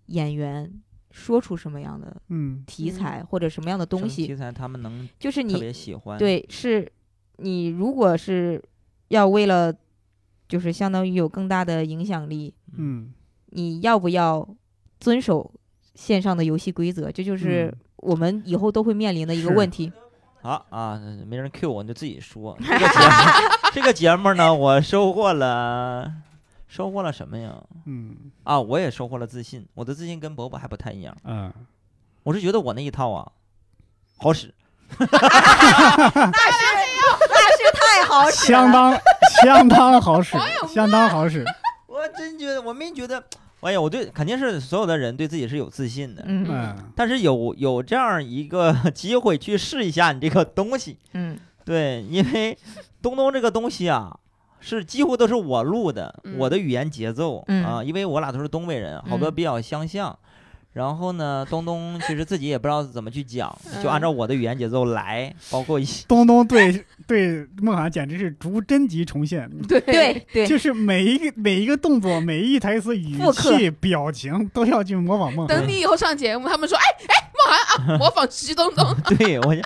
演员说出什么样的
嗯
题材或者什么样的东
什么
西，
题材他们能
就是
特
你
别喜欢，，
对是，你如果是要为了就是相当于有更大的影响力，
嗯，
你要不要遵守线上的游戏规则？这就是
嗯
我们以后都会面临的一个
是
问题。
好啊，没人 Q 我，你就自己 说。这个节目，这个节目呢，我收获了，收获了什么呀？
嗯
啊，我也收获了自信，我的自信跟伯伯还不太一样，
啊，
我是觉得我那一套啊，好使。
那是太好 使
相当相当好使，相当好使。
我真觉得，我没觉得，哎呀，我对肯定是所有的人对自己是有自信的，
嗯
嗯，
但是有有这样一个 机会去试一下你这个东西，
嗯
对，因为东东这个东西啊，是几乎都是我录的，
嗯
我的语言节奏、
嗯
啊，因为我俩都是东北人，好多比较相像。然后呢，东东其实自己也不知道怎么去讲，
嗯
就按照我的语言节奏来，包括一些
东东对对孟涵简直是逐帧级重现，
对
对对，
就是每一个每一个动作、每一台词、语
复刻
气、表情都要去模仿孟涵。
等你以后上节目，他们说，哎哎，梦涵啊，模 仿徐东东，
对我就，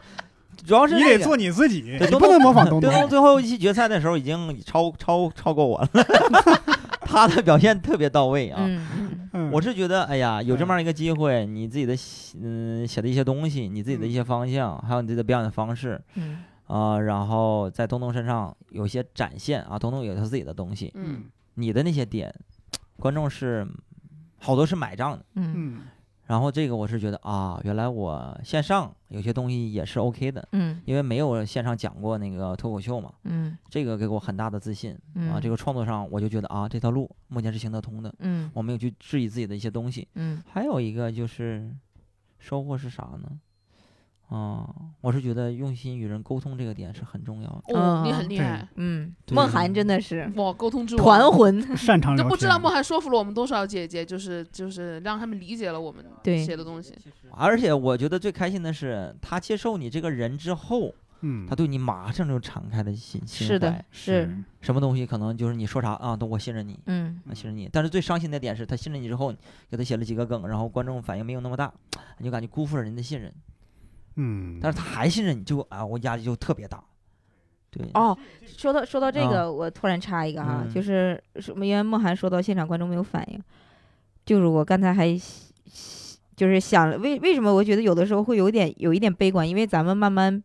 主要是
你
那
得
个
做你自己，
对
你不能模仿东
东
东。
最后一期决赛的时候已经超超超过我了， 他的表现特别到位啊。
嗯嗯
嗯，
我是觉得，哎呀，有这么样一个机会，你自己的写嗯写的一些东西，你自己的一些方向，还有你自己的表演的方式
嗯
啊、然后在东东身上有一些展现啊，东东有他自己的东西，
嗯，
你的那些点，观众是好多是买账的。
嗯
嗯
然后这个我是觉得啊，原来我线上有些东西也是 OK 的，
嗯
因为没有线上讲过那个脱口秀嘛，
嗯
这个给我很大的自信。
嗯
啊，这个创作上我就觉得啊，这条路目前是行得通的，
嗯
我没有去质疑自己的一些东西。
嗯
还有一个就是收获是啥呢？嗯，我是觉得用心与人沟通这个点是很重要的。
哦，你很厉
对
害，
嗯，
对
梦涵真的是
哇，沟通之王
团魂，
擅长
就
聊天。
不知道莫涵说服了我们多少姐姐，就是就是让他们理解了我们
对
写的东西。
而且我觉得最开心的是，他接受你这个人之后，
嗯
他，对你马上就敞开了心心
是的
怀
是
什么东西可能就是你说啥啊，都我信任你，
嗯，
啊信任你。但是最伤心的点是他信任你之后，给他写了几个梗，然后观众反应没有那么大，你就感觉辜负了人的信任。
嗯，
但是他还信任你就，啊，我压力就特别大。对，
哦，说到说到这
啊
个，我突然插一个哈，
嗯
就是什么？因为梦涵说到现场观众没有反应，就是我刚才还就是想了为为什么我觉得有的时候会有点有一点悲观，因为咱们慢慢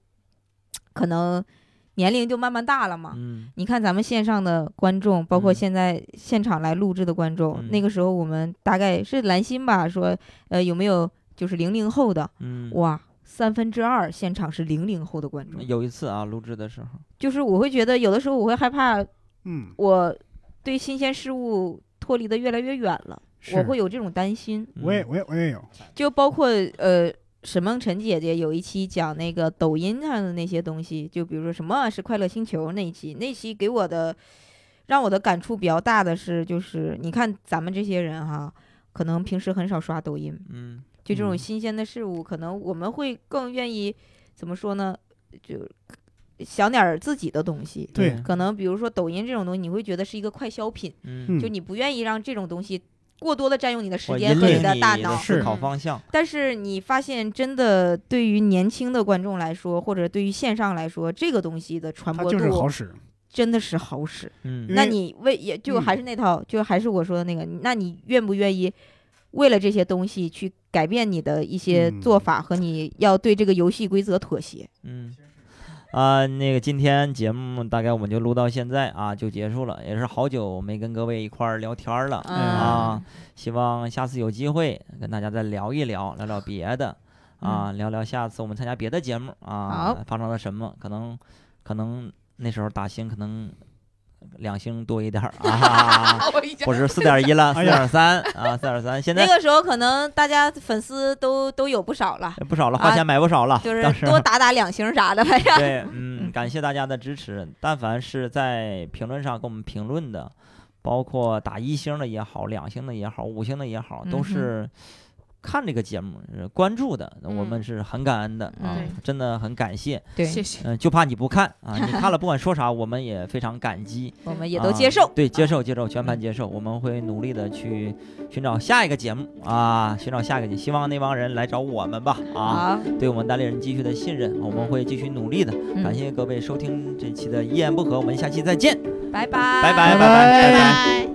可能年龄就慢慢大了嘛。
嗯
你看咱们线上的观众，包括
嗯
现在现场来录制的观众，
嗯
那个时候我们大概是蓝心吧说，呃有没有就是零零后的？
嗯，
哇，三分之二现场是零零后的观众，
有一次啊，录制的时候，
就是我会觉得有的时候我会害怕
嗯，
我对新鲜事物脱离的越来越远了，我
是
会有这种担心。
嗯
我也我也我也有，
就包括呃，沈梦辰姐姐有一期讲那个抖音上的那些东西，就比如说什么啊是快乐星球那一期，那期给我的让我的感触比较大的是，就是你看咱们这些人哈，可能平时很少刷抖音，
嗯
就这种
嗯
新鲜的事物，可能我们会更愿意怎么说呢？就想点儿自己的东西。
对
可能比如说抖音这种东西，你会觉得是一个快消品，
嗯，
就
嗯
你不愿意让这种东西过多的占用你的时
我
间
引
和
领
的
你
大
的
脑。
思考
嗯
方向，
但是你发现，真的对于年轻的观众来说，或者对于线上来说，这个东西的传
它
播
就是好
度
使。
真的是好使。
嗯
因
那
为
你为也就
嗯
还是那套，就还是我说的那个，那你愿不愿意为了这些东西去改变你的一些
嗯
做法和你要对这个游戏规则妥协？
嗯。啊，那个今天节目大概我们就录到现在啊，就结束了，也是好久没跟各位一块儿聊天儿了
嗯
啊，希望下次有机会跟大家再聊一聊，聊聊别的啊，聊聊下次我们参加别的节目啊
嗯好，
发生了什么，可能可能那时候打星可能两星多一点儿 啊，
我 已经
或者四点一了，四
哎
点
呀
三啊，四点三，现在
那个时候可能大家粉丝都都有不少了，
不少了，花钱买不少了，
啊就是
当时啊
多打打两星啥的，反 正
对，嗯，感谢大家的支持。但凡是在评论上给我们评论的，包括打一星的也好，两星的也好，五星的也好，
嗯
都
哼
是看这个节目、呃关注的，我们
嗯
是很感恩的啊
对，
真的很感谢。
谢谢，
嗯、就怕你不看 啊，你看了不管说啥，我们也非常感激，
我们也都
啊
接受。嗯
对，接受接受，全盘接受。我们会努力的去寻找下一个节目啊，寻找下一个节目，希望那帮人来找我们吧啊。
好，
对我们单立人继续的信任，我们会继续努力的。感谢各位收听这期的一言不合，我们下期再见，
拜拜，
拜拜拜拜
拜拜
拜。
拜。